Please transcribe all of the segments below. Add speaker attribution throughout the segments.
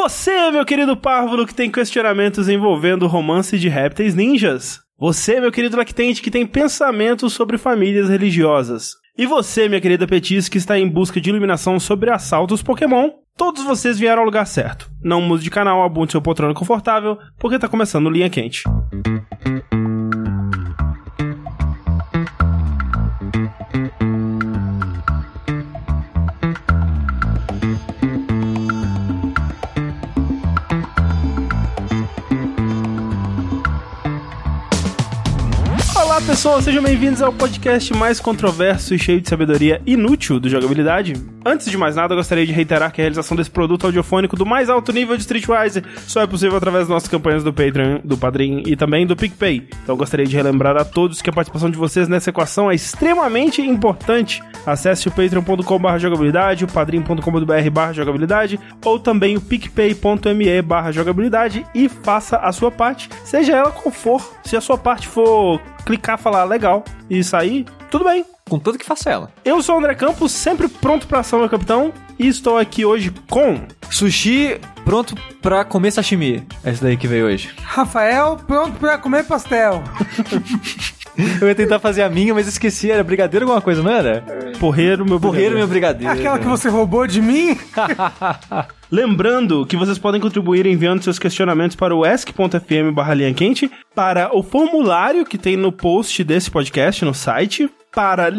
Speaker 1: Você, meu querido párvulo, que tem questionamentos envolvendo romance de répteis ninjas. Você, meu querido lactente, que tem pensamentos sobre famílias religiosas. E você, minha querida Petis, que está em busca de iluminação sobre assaltos Pokémon. Todos vocês vieram ao lugar certo. Não mude de canal, abunde seu poltrona confortável, porque tá começando Linha Quente. Olá pessoal, sejam bem-vindos ao podcast mais controverso e cheio de sabedoria inútil do jogabilidade. Antes de mais nada, eu gostaria de reiterar que a realização desse produto audiofônico do mais alto nível de Streetwise só é possível através das nossas campanhas do Patreon, do Padrim e também do PicPay. Então eu gostaria de relembrar a todos que a participação de vocês nessa equação é extremamente importante. Acesse o patreon.com.br jogabilidade, o padrim.com.br barra jogabilidade ou também o picpay.me barra jogabilidade e faça a sua parte, seja ela qual for. Se a sua parte for clicar, falar legal e sair, tudo bem.
Speaker 2: Contanto que faça ela.
Speaker 1: Eu sou o André Campos, sempre pronto pra ação, meu capitão, e estou aqui hoje com.
Speaker 2: Sushi pronto pra comer sashimi. É isso daí que veio hoje.
Speaker 3: Rafael, pronto pra comer pastel.
Speaker 2: Eu ia tentar fazer a minha, mas esqueci. Era brigadeiro alguma coisa, não era?
Speaker 1: Porreiro, meu
Speaker 2: Borreiro meu brigadeiro.
Speaker 3: Aquela que você roubou de mim?
Speaker 1: Lembrando que vocês podem contribuir enviando seus questionamentos para o ask.fm barra linha quente, para o formulário que tem no post desse podcast no site, para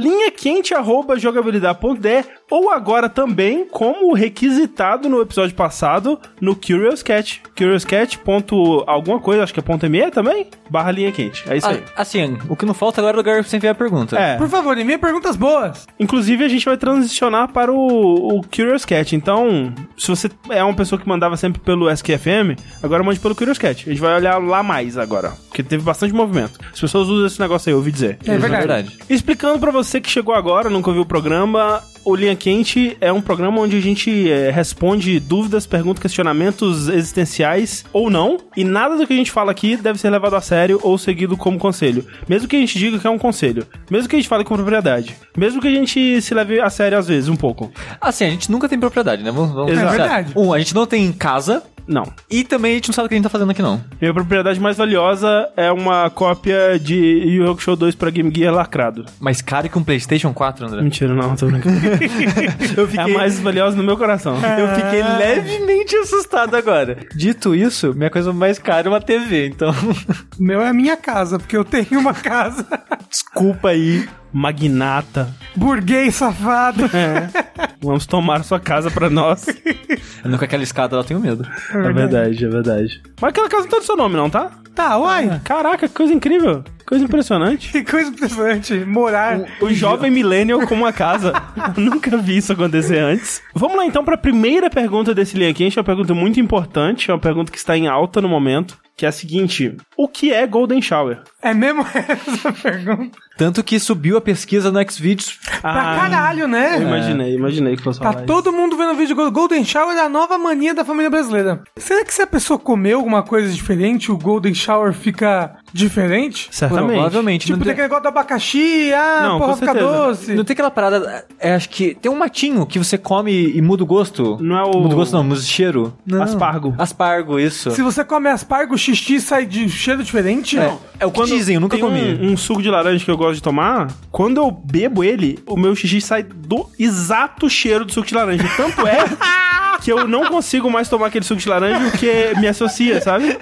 Speaker 1: linhaquente.jogabilidade.de ou agora também como requisitado no episódio passado no Curious Cat. CuriousCat. ponto alguma coisa, acho que é ponto .me também, barra linha quente. É isso aí.
Speaker 2: Ah, assim, o que não falta agora é lugar pra você enviar a pergunta.
Speaker 1: É.
Speaker 3: Por favor, envie perguntas boas.
Speaker 1: Inclusive, a gente vai transicionar para o, o Curious Cat. Então, se você é uma pessoa que mandava sempre pelo SQFM, agora mande pelo Curious Cat. A gente vai olhar lá mais agora, porque teve bastante movimento. As pessoas usam esse negócio aí, eu ouvi dizer.
Speaker 3: É verdade.
Speaker 1: Explicando pra você que chegou agora, nunca ouviu o programa, o Linha Quente é um programa onde a gente eh, responde dúvidas, perguntas, questionamentos existenciais ou não, e nada do que a gente fala aqui deve ser levado a sério ou seguido como conselho. Mesmo que a gente diga que é um conselho, mesmo que a gente fale com propriedade, mesmo que a gente se leve a sério às vezes um pouco.
Speaker 2: Assim, a gente nunca tem propriedade, né? Vamos, vamos
Speaker 1: Exato.
Speaker 2: pensar.
Speaker 3: É verdade.
Speaker 2: Um, a gente não tem casa
Speaker 1: Não.
Speaker 2: e também a gente não sabe o que a gente tá fazendo aqui, não.
Speaker 1: Minha propriedade mais valiosa é uma cópia de Yu Yu Show 2 pra Game Gear lacrado.
Speaker 2: Mais caro que um PlayStation 4, André.
Speaker 1: Mentira, não, tô brincando.
Speaker 2: Eu
Speaker 1: É a mais valiosa no meu coração.
Speaker 2: Eu fiquei levemente assustado agora. Dito isso, minha coisa mais cara é uma TV, então.
Speaker 3: O meu é a minha casa, porque eu tenho uma casa.
Speaker 1: Desculpa aí, magnata.
Speaker 3: Burguês safado.
Speaker 1: Vamos tomar sua casa pra nós. É
Speaker 2: Eu nunca aquela escada lá eu tenho medo.
Speaker 1: verdade, é verdade. Mas aquela casa não tá do seu nome, não, tá?
Speaker 3: Tá, uai.
Speaker 1: Caraca, que coisa incrível. que Coisa impressionante.
Speaker 3: Que coisa impressionante. Morar.
Speaker 1: O jovem millennial com uma casa. Eu nunca vi isso acontecer antes. Vamos lá então pra primeira pergunta desse linha quente. É uma pergunta muito importante, é uma pergunta que está em alta no momento, que é a seguinte: O que é Golden Shower?
Speaker 3: É mesmo essa pergunta?
Speaker 2: Tanto que subiu a pesquisa no Xvideos.
Speaker 3: pra caralho,
Speaker 1: Ah, Eu
Speaker 3: né?
Speaker 1: imaginei, imaginei que fosse
Speaker 3: Tá
Speaker 1: falar isso.
Speaker 3: todo mundo vendo o vídeo do Golden Shower é a nova mania da família brasileira. Será que se a pessoa comer alguma coisa diferente, o Golden Shower fica diferente?
Speaker 1: Certamente.
Speaker 2: Provavelmente. não,
Speaker 3: Tipo, tem
Speaker 2: tem,
Speaker 3: aquele negócio do abacaxi, ah,
Speaker 1: Não,
Speaker 3: porra,
Speaker 1: com
Speaker 3: fica
Speaker 1: certeza.
Speaker 3: doce.
Speaker 2: não tem aquela parada. É, acho que tem um matinho que você come e muda o gosto.
Speaker 1: Não é o-
Speaker 2: Muda o gosto, não, muda o cheiro. Não.
Speaker 1: Aspargo.
Speaker 2: Aspargo, isso.
Speaker 3: Se você come aspargo, xixi sai de cheiro diferente?
Speaker 2: É,
Speaker 3: Não.
Speaker 2: é o que dizem, eu nunca
Speaker 1: tem
Speaker 2: comi.
Speaker 1: Um, um suco de laranja que eu gosto de tomar, quando eu bebo ele, o meu xixi sai do exato cheiro do suco de laranja. Tanto é que eu não consigo mais tomar aquele suco de laranja porque me associa, sabe?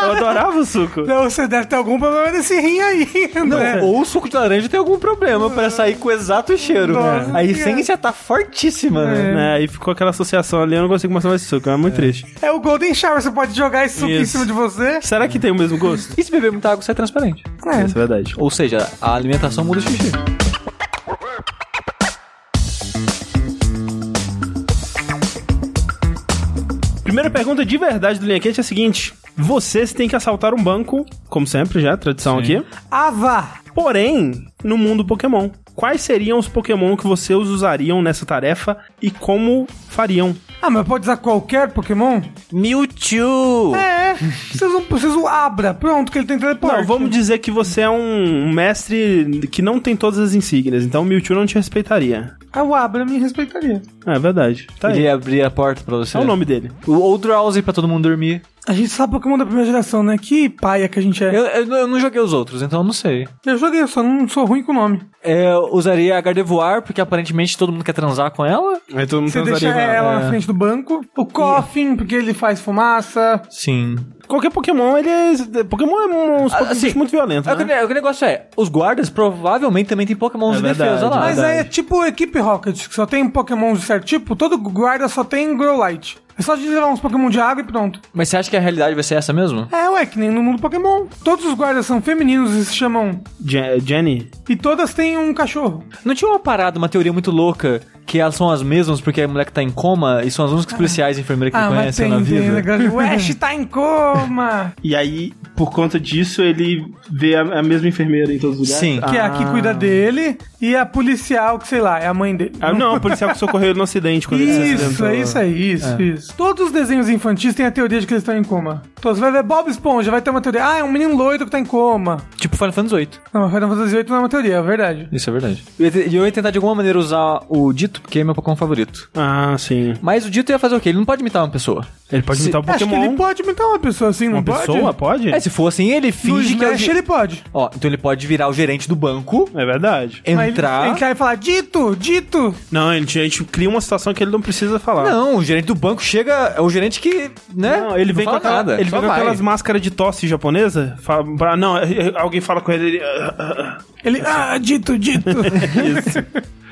Speaker 1: Eu adorava o suco.
Speaker 3: Não, Então você deve ter algum problema nesse rim aí, né?
Speaker 2: Não,
Speaker 1: É.
Speaker 3: André.
Speaker 2: É, Ou o suco de laranja tem algum problema pra sair com o exato cheiro. É.
Speaker 3: Nossa,
Speaker 2: A
Speaker 3: que-
Speaker 2: essência tá fortíssima, né?
Speaker 1: É, e ficou aquela associação ali, eu não consigo mais tomar esse suco, é muito triste.
Speaker 3: É o Golden Shower, você pode jogar esse suco em
Speaker 1: Isso.
Speaker 3: cima de você.
Speaker 1: Será que tem o mesmo gosto?
Speaker 2: E se beber muita água, sai transparente.
Speaker 3: É.
Speaker 1: Isso é verdade.
Speaker 2: Ou seja, a alimentação muda o xixi.
Speaker 1: Primeira pergunta de verdade do Linha Quente é a seguinte: vocês têm que assaltar um banco, como sempre, já, tradição aqui.
Speaker 3: Ava.
Speaker 1: Porém, no mundo Pokémon, quais seriam os Pokémon que vocês usariam nessa tarefa e como fariam?
Speaker 3: Ah, mas pode usar qualquer Pokémon?
Speaker 2: Mewtwo!
Speaker 3: É, vocês não precisam Abra. Pronto, que ele tem teleporte.
Speaker 1: Não, vamos dizer que você é um mestre que não tem todas as insígnias, então o Mewtwo não te respeitaria.
Speaker 3: o Abra me respeitaria.
Speaker 1: É verdade. Tá
Speaker 2: Ele
Speaker 1: aí.
Speaker 2: ia abrir a porta pra você.
Speaker 1: É o nome dele.
Speaker 2: O- Ou Drowsy pra todo mundo dormir.
Speaker 3: A gente sabe Pokémon da primeira geração, né? Que paia que a gente é. Eu,
Speaker 2: Eu, eu- eu não joguei os outros, então eu não sei.
Speaker 3: joguei, eu só não sou ruim com o nome.
Speaker 2: É, Eu usaria a Gardevoir, porque aparentemente todo mundo quer transar com ela.
Speaker 1: Aí todo mundo né? É.
Speaker 3: Você
Speaker 1: transaria
Speaker 3: deixa
Speaker 1: com ela.
Speaker 3: ela na frente do banco. O Coffin, porque ele faz fumaça.
Speaker 2: Sim.
Speaker 1: Qualquer Pokémon, ele é. Pokémon é um, um
Speaker 2: Ah, assim,
Speaker 1: bicho muito violento.
Speaker 2: É, o que-
Speaker 1: Né?
Speaker 2: é, o que negócio é, os guardas provavelmente também tem pokémons
Speaker 1: É
Speaker 2: de
Speaker 1: verdade,
Speaker 2: defesa lá.
Speaker 1: verdade.
Speaker 3: Mas aí é tipo a equipe Rocket, que só tem Pokémon de certo tipo. Todo guarda só tem Growlite. É só de levar uns Pokémon de água e pronto.
Speaker 2: Mas você acha que a realidade vai ser essa mesmo?
Speaker 3: É, ué, que nem no mundo Pokémon. Todos os guardas são femininos e se chamam.
Speaker 1: Je- Jenny.
Speaker 3: E todas têm um cachorro.
Speaker 2: Não tinha uma parada, uma teoria muito louca, que elas são as mesmas porque a mulher que tá em coma e são as
Speaker 3: Ah.
Speaker 2: únicas policiais e enfermeiras que conhecem na vida?
Speaker 3: negócio. O Ash tá em coma!
Speaker 1: E aí, por conta disso, ele vê a, a mesma enfermeira em todos os lugares. Ah.
Speaker 2: Sim.
Speaker 3: Que é a que cuida dele e a policial, que sei lá, é a mãe dele.
Speaker 1: Ah, não, o policial que socorreu ele no acidente quando ele se
Speaker 3: Isso,
Speaker 1: acidentou.
Speaker 3: é isso aí, isso, isso. Todos os desenhos infantis têm a teoria de que eles estão em coma. Todos. Vai ver Bob Esponja, vai ter uma teoria. Ah, é um menino loiro que tá em coma.
Speaker 2: Tipo Final Fantasy VIII.
Speaker 3: Não, Final Fantasy VIII não é uma teoria, é verdade.
Speaker 2: Isso é verdade. E eu ia te- eu ia tentar de alguma maneira usar o Dito, porque é meu Pokémon favorito.
Speaker 1: Ah, sim.
Speaker 2: Mas o Dito ia fazer o quê? Ele não pode imitar uma pessoa.
Speaker 1: Ele pode imitar o
Speaker 3: Acho que
Speaker 1: Pokémon.
Speaker 3: ele pode imitar uma pessoa assim, não
Speaker 1: Uma
Speaker 3: pode?
Speaker 1: pessoa pode?
Speaker 2: É, se for assim, ele
Speaker 3: No
Speaker 2: finge que é o
Speaker 3: Smash
Speaker 2: di-
Speaker 3: ele pode.
Speaker 2: Ó, então ele pode virar o gerente do banco,
Speaker 1: É verdade.
Speaker 3: Mas
Speaker 2: entrar...
Speaker 3: Ele, entrar e falar, dito, dito.
Speaker 1: Não, ele- a gente cria uma situação que ele não precisa falar.
Speaker 2: Não, o gerente do banco chega... É o gerente que, né?
Speaker 1: Não, ele vem
Speaker 2: fala
Speaker 1: com, aquela-
Speaker 2: nada.
Speaker 1: ele
Speaker 2: só
Speaker 1: vem com
Speaker 2: vai.
Speaker 1: aquelas máscaras de tosse japonesa. Fala- pra- não, eh, eh, alguém fala com ele. ele ah, ah, ah.
Speaker 3: Ele, ah, dito, dito.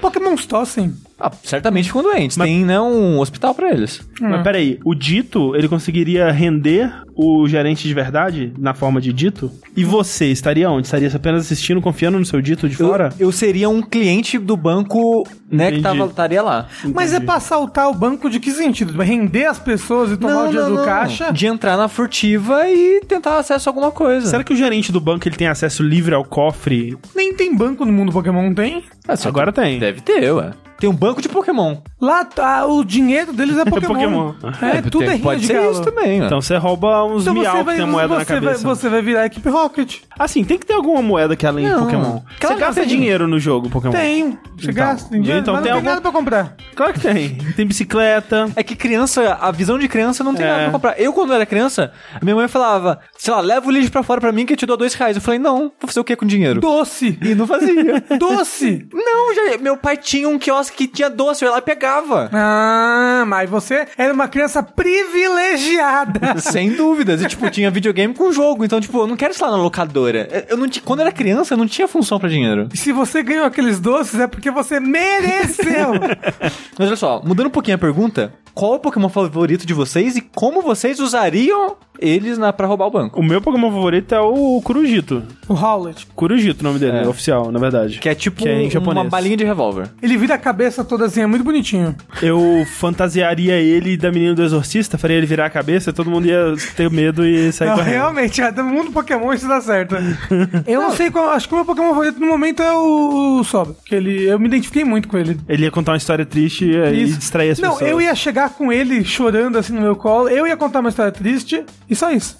Speaker 3: Pokémons tossem.
Speaker 2: Ah, certamente ficam doentes. Tem, né, um hospital pra eles.
Speaker 1: Mas peraí, o dito, ele conseguiria render o gerente de verdade na forma de dito? E você estaria onde? Estaria apenas assistindo, confiando no seu dito de
Speaker 2: Eu,
Speaker 1: fora?
Speaker 2: eu seria um cliente do banco, né,
Speaker 1: Entendi.
Speaker 2: que tava, estaria lá.
Speaker 3: Mas é pra assaltar o banco de que sentido? Vai Render as pessoas e tomar o dinheiro do caixa?
Speaker 2: De entrar na furtiva e tentar acesso a alguma coisa.
Speaker 1: Será que o gerente do banco ele tem acesso livre ao cofre?
Speaker 3: Nem tem banco no mundo Pokémon, tem?
Speaker 2: Ah, só
Speaker 1: Agora tem.
Speaker 2: Deve ter, ué. Tem um banco de Pokémon.
Speaker 3: Lá, tá, o dinheiro deles é Pokémon.
Speaker 1: Pokémon.
Speaker 3: É, tudo é
Speaker 2: tem-
Speaker 3: rinha
Speaker 2: Pode
Speaker 3: de
Speaker 2: ser
Speaker 3: galo.
Speaker 2: isso também, ó.
Speaker 1: Então você rouba uns
Speaker 3: Então você
Speaker 1: miau que
Speaker 3: vai,
Speaker 1: tem a moeda na
Speaker 3: você, vai,
Speaker 1: cabeça.
Speaker 3: você vai virar a equipe Rocket.
Speaker 1: Assim, tem que ter alguma moeda que além de
Speaker 2: Não,
Speaker 1: Pokémon.
Speaker 2: claro
Speaker 1: você
Speaker 2: que
Speaker 1: gasta
Speaker 2: tem.
Speaker 1: dinheiro no jogo, Pokémon.
Speaker 3: Tem. Você
Speaker 1: Então,
Speaker 3: gasta em dinheiro,
Speaker 1: então
Speaker 3: mas
Speaker 1: tem
Speaker 3: não
Speaker 1: algum-
Speaker 3: tem nada pra comprar.
Speaker 1: Claro que tem. Tem bicicleta.
Speaker 2: É que criança, a visão de criança não tem
Speaker 1: É.
Speaker 2: nada pra comprar. Eu, quando era criança, minha mãe falava, sei lá, leva o lixo pra fora pra mim que eu te dou dois reais. Eu falei, não, vou fazer o que com dinheiro?
Speaker 3: Doce.
Speaker 2: E não fazia.
Speaker 3: Doce.
Speaker 2: não, já, meu pai tinha um quiosque que tinha doce, eu ia lá e pegava.
Speaker 3: Ah, mas você era uma criança privilegiada.
Speaker 2: Sem dúvidas. E, tipo, tinha videogame com jogo. Então, tipo, eu não quero estar na locadora. Eu- Eu não ti- Quando eu era criança, eu não tinha função pra dinheiro.
Speaker 3: E Se você ganhou aqueles doces, é porque você mereceu.
Speaker 2: Mas olha só, mudando um pouquinho a pergunta, qual é o Pokémon favorito de vocês e como vocês usariam eles na, pra roubar o banco?
Speaker 1: O meu Pokémon favorito é o Kurujito.
Speaker 3: o Howlett.
Speaker 1: Kurujito, o nome dele, é. oficial, na verdade.
Speaker 2: Que é tipo
Speaker 1: Que é em
Speaker 2: uma
Speaker 1: japonês.
Speaker 2: balinha de revólver.
Speaker 3: Ele vira a cabeça toda assim, é muito bonitinho.
Speaker 1: Eu fantasiaria ele da menina do exorcista, faria ele virar a cabeça, todo mundo ia ter medo e sair
Speaker 3: Não,
Speaker 1: correndo.
Speaker 3: realmente, é, do mundo Pokémon isso dá certo. Eu não, sei qual. Acho que o meu Pokémon favorito no momento é o, o Sob. Que ele, eu me identifiquei muito com ele.
Speaker 1: Ele ia contar uma história triste É, e, e
Speaker 3: Isso.
Speaker 1: distrair as
Speaker 3: não,
Speaker 1: pessoas.
Speaker 3: eu ia chegar com ele chorando assim no meu colo, eu ia contar uma história triste e só isso.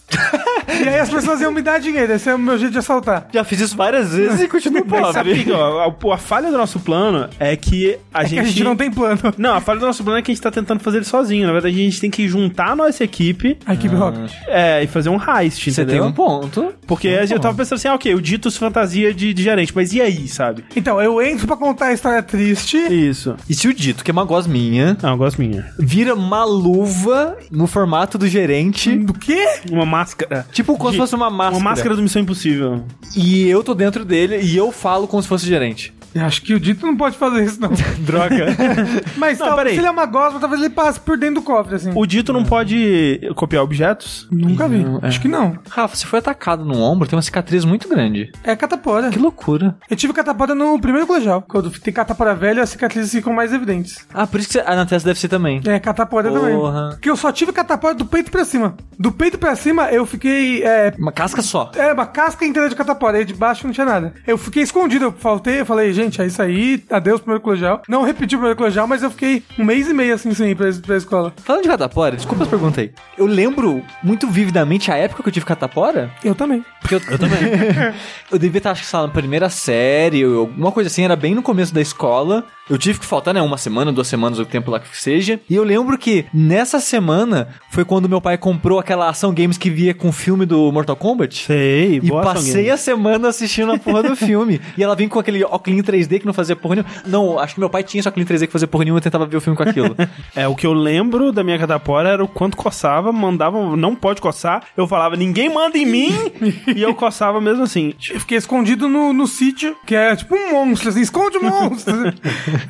Speaker 3: e aí as pessoas iam me dar dinheiro, esse é o meu jeito de assaltar.
Speaker 2: Já fiz isso várias vezes e continuo
Speaker 1: Mas sabe que, ó, a, a falha do nosso plano é que a
Speaker 3: É
Speaker 1: gente.
Speaker 3: que a gente não tem plano.
Speaker 1: Não, a falha do nosso plano é que a gente tá tentando fazer ele sozinho. Na verdade, a gente tem que juntar a nossa equipe
Speaker 3: A equipe Rocket.
Speaker 1: é, e fazer um heist,
Speaker 2: Você tem
Speaker 1: entendeu?
Speaker 2: um ponto.
Speaker 1: Porque
Speaker 2: Tem um
Speaker 1: eu tava
Speaker 2: ponto.
Speaker 1: pensando assim, ah, ok, o Dito se fantasia de, de gerente, mas e aí, sabe?
Speaker 3: Então, eu entro pra contar a história triste.
Speaker 1: Isso.
Speaker 2: E se o Dito, que é uma goz minha,
Speaker 1: Não, eu gosto minha.
Speaker 2: vira uma luva no formato do gerente...
Speaker 3: Do quê?
Speaker 1: Uma máscara.
Speaker 2: Tipo, como
Speaker 1: De-
Speaker 2: se fosse uma máscara.
Speaker 1: Uma máscara do Missão Impossível.
Speaker 2: E eu tô dentro dele e eu falo como se fosse gerente.
Speaker 3: Eu Acho que o Dito não pode fazer isso, não.
Speaker 1: Droga.
Speaker 3: Mas
Speaker 1: Não,
Speaker 3: talvez
Speaker 1: peraí.
Speaker 3: se ele é uma gosma, talvez ele passe por dentro do cofre, assim.
Speaker 1: o Dito não pode copiar objetos?
Speaker 3: Nunca vi. Acho que não. é.
Speaker 2: Rafa, você foi atacado no ombro, tem uma cicatriz muito grande.
Speaker 3: É catapora.
Speaker 2: Que loucura.
Speaker 3: Eu tive catapora no primeiro colegial. Quando tem catapora velha, as cicatrizes ficam mais evidentes.
Speaker 2: Ah, por isso que você... ah, na testa deve ser também.
Speaker 3: É, catapora também.
Speaker 2: Porra.
Speaker 3: Porque eu só tive catapora do peito pra cima. Do peito pra cima, eu fiquei... É,
Speaker 2: Uma casca só.
Speaker 3: é, uma casca inteira de catapora. Aí de baixo não tinha nada. Eu fiquei escondido. Eu faltei, eu falei, gente, é isso aí. Adeus, primeiro colegial. Não repeti o primeiro colegial, mas eu fiquei um mês e meio, assim, sem ir pra, pra escola.
Speaker 2: Falando de catapora, desculpa as perguntas aí. Eu lembro muito vividamente a época que eu tive catapora.
Speaker 3: Eu também.
Speaker 2: Porque eu, também. eu devia estar, acho que, sei lá, na primeira série, ou alguma coisa assim, era bem no começo da escola. Eu tive que faltar, né? Uma semana, duas semanas, o tempo lá que seja. E eu lembro que nessa semana foi quando meu pai comprou aquela ação games que via com o filme do Mortal Kombat.
Speaker 1: Sei,
Speaker 2: E
Speaker 1: boa ação,
Speaker 2: passei
Speaker 1: Games.
Speaker 2: a semana assistindo a porra do filme. E ela vinha com aquele óculos 3D que não fazia porra nenhuma. Não, acho que meu pai tinha esse óculos 3D que fazia porra nenhuma e tentava ver o filme com aquilo.
Speaker 1: É, o que eu lembro da minha catapora era o quanto coçava, mandavam, não pode coçar. Eu falava, ninguém manda em mim, e eu coçava mesmo assim.
Speaker 3: Eu fiquei escondido no, no sítio, que é tipo um monstro, assim, esconde o monstro.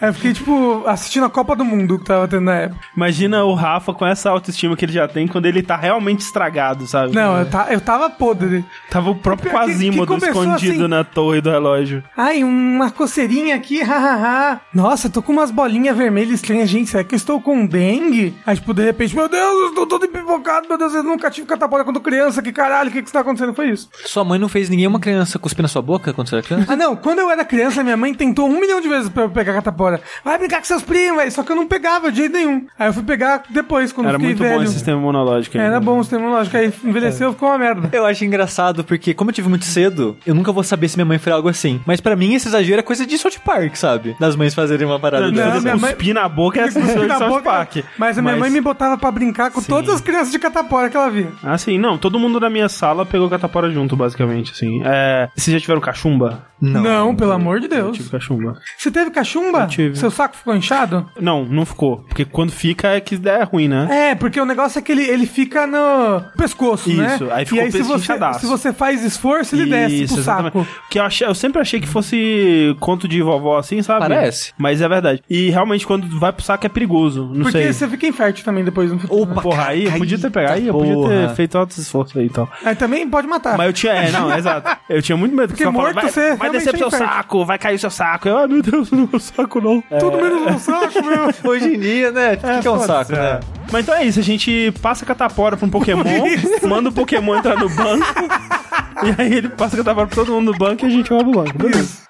Speaker 3: Aí eu fiquei, tipo, assistindo a Copa do Mundo que tava tendo na época.
Speaker 1: Imagina o Rafa com essa autoestima que ele já tem quando ele tá realmente estragado, sabe?
Speaker 3: Não, eu, ta- eu tava podre.
Speaker 1: Tava o próprio
Speaker 3: Pior que- que
Speaker 1: Quasimodo
Speaker 3: começou
Speaker 1: escondido
Speaker 3: assim.
Speaker 1: na torre do relógio.
Speaker 3: Ai, uma coceirinha aqui, hahaha. Nossa, tô com umas bolinhas vermelhas estranhas, gente. Será que eu estou com um dengue? Aí, tipo, de repente, meu Deus, eu estou todo empipocado, meu Deus, eu nunca tive catapora quando criança, que caralho, o que que está acontecendo? Foi isso.
Speaker 2: Sua mãe não fez nenhuma criança cuspir na sua boca quando você era criança?
Speaker 3: Ah, não, quando eu era criança, minha mãe tentou um milhão de vezes pra eu pegar catapora. Vai brincar com seus primos, véi, só que eu não pegava de jeito nenhum. Aí eu fui pegar depois, quando
Speaker 1: Era
Speaker 3: fiquei
Speaker 1: muito
Speaker 3: velho.
Speaker 1: bom esse sistema monológico. aí. né?
Speaker 3: Era bom o sistema lógico, aí envelheceu,
Speaker 1: É.
Speaker 3: ficou uma merda.
Speaker 2: Eu acho engraçado, porque como eu tive muito cedo, eu nunca vou saber se minha mãe foi algo assim. Mas pra mim, esse exagero é coisa de South Park, sabe? Das mães fazerem uma parada
Speaker 1: Não,
Speaker 2: dessa.
Speaker 3: minha mãe-
Speaker 1: cuspir na boca é sensação de
Speaker 3: Na
Speaker 1: South
Speaker 3: boca,
Speaker 1: Park.
Speaker 3: Mas a minha mãe me botava pra brincar com todas as crianças de catapora que ela via.
Speaker 1: Ah, sim, não. Todo mundo da minha sala pegou catapora junto, basicamente, assim. É. Vocês já tiveram cachumba?
Speaker 3: Não, pelo amor de Deus.
Speaker 1: Tive cachumba.
Speaker 3: Você teve cachumba?
Speaker 1: tive.
Speaker 3: Seu saco ficou inchado?
Speaker 1: Não, não ficou. Porque quando fica é que é ruim, né?
Speaker 3: É, porque o negócio é que ele, ele fica no pescoço, né?
Speaker 1: Isso, aí ficou
Speaker 3: e aí, se
Speaker 1: esse
Speaker 3: você,
Speaker 1: inchadaço.
Speaker 3: se você faz esforço, ele desce pro
Speaker 1: exatamente.
Speaker 3: saco.
Speaker 1: Que eu, achei- eu sempre achei que fosse conto de vovó assim, sabe?
Speaker 2: Parece.
Speaker 1: Mas é verdade. E realmente, quando vai pro saco é perigoso. Não
Speaker 3: Porque
Speaker 1: sei.
Speaker 3: você fica infértil também depois no futuro. né?
Speaker 1: Porra, aí eu podia ter pegado, aí eu podia ter feito altos esforços aí e tal.
Speaker 3: Aí também pode matar.
Speaker 1: Mas eu tinha, é, não, exato. Eu tinha muito medo.
Speaker 3: Porque
Speaker 1: só falava,
Speaker 3: morto
Speaker 1: vai,
Speaker 3: você
Speaker 1: Vai
Speaker 3: realmente
Speaker 1: descer pro seu
Speaker 3: é infértil.
Speaker 1: saco, vai cair o seu saco. Eu, ai meu Deus, não é meu saco não.
Speaker 3: Tudo menos um saco, meu.
Speaker 2: Hoje em dia, né? O que, que é um saco, né?
Speaker 1: Mas então é isso, a gente passa catapora pra um Pokémon, manda o Pokémon entrar no banco, e aí ele passa catapora pra todo mundo no banco e a gente rouba o banco. Beleza.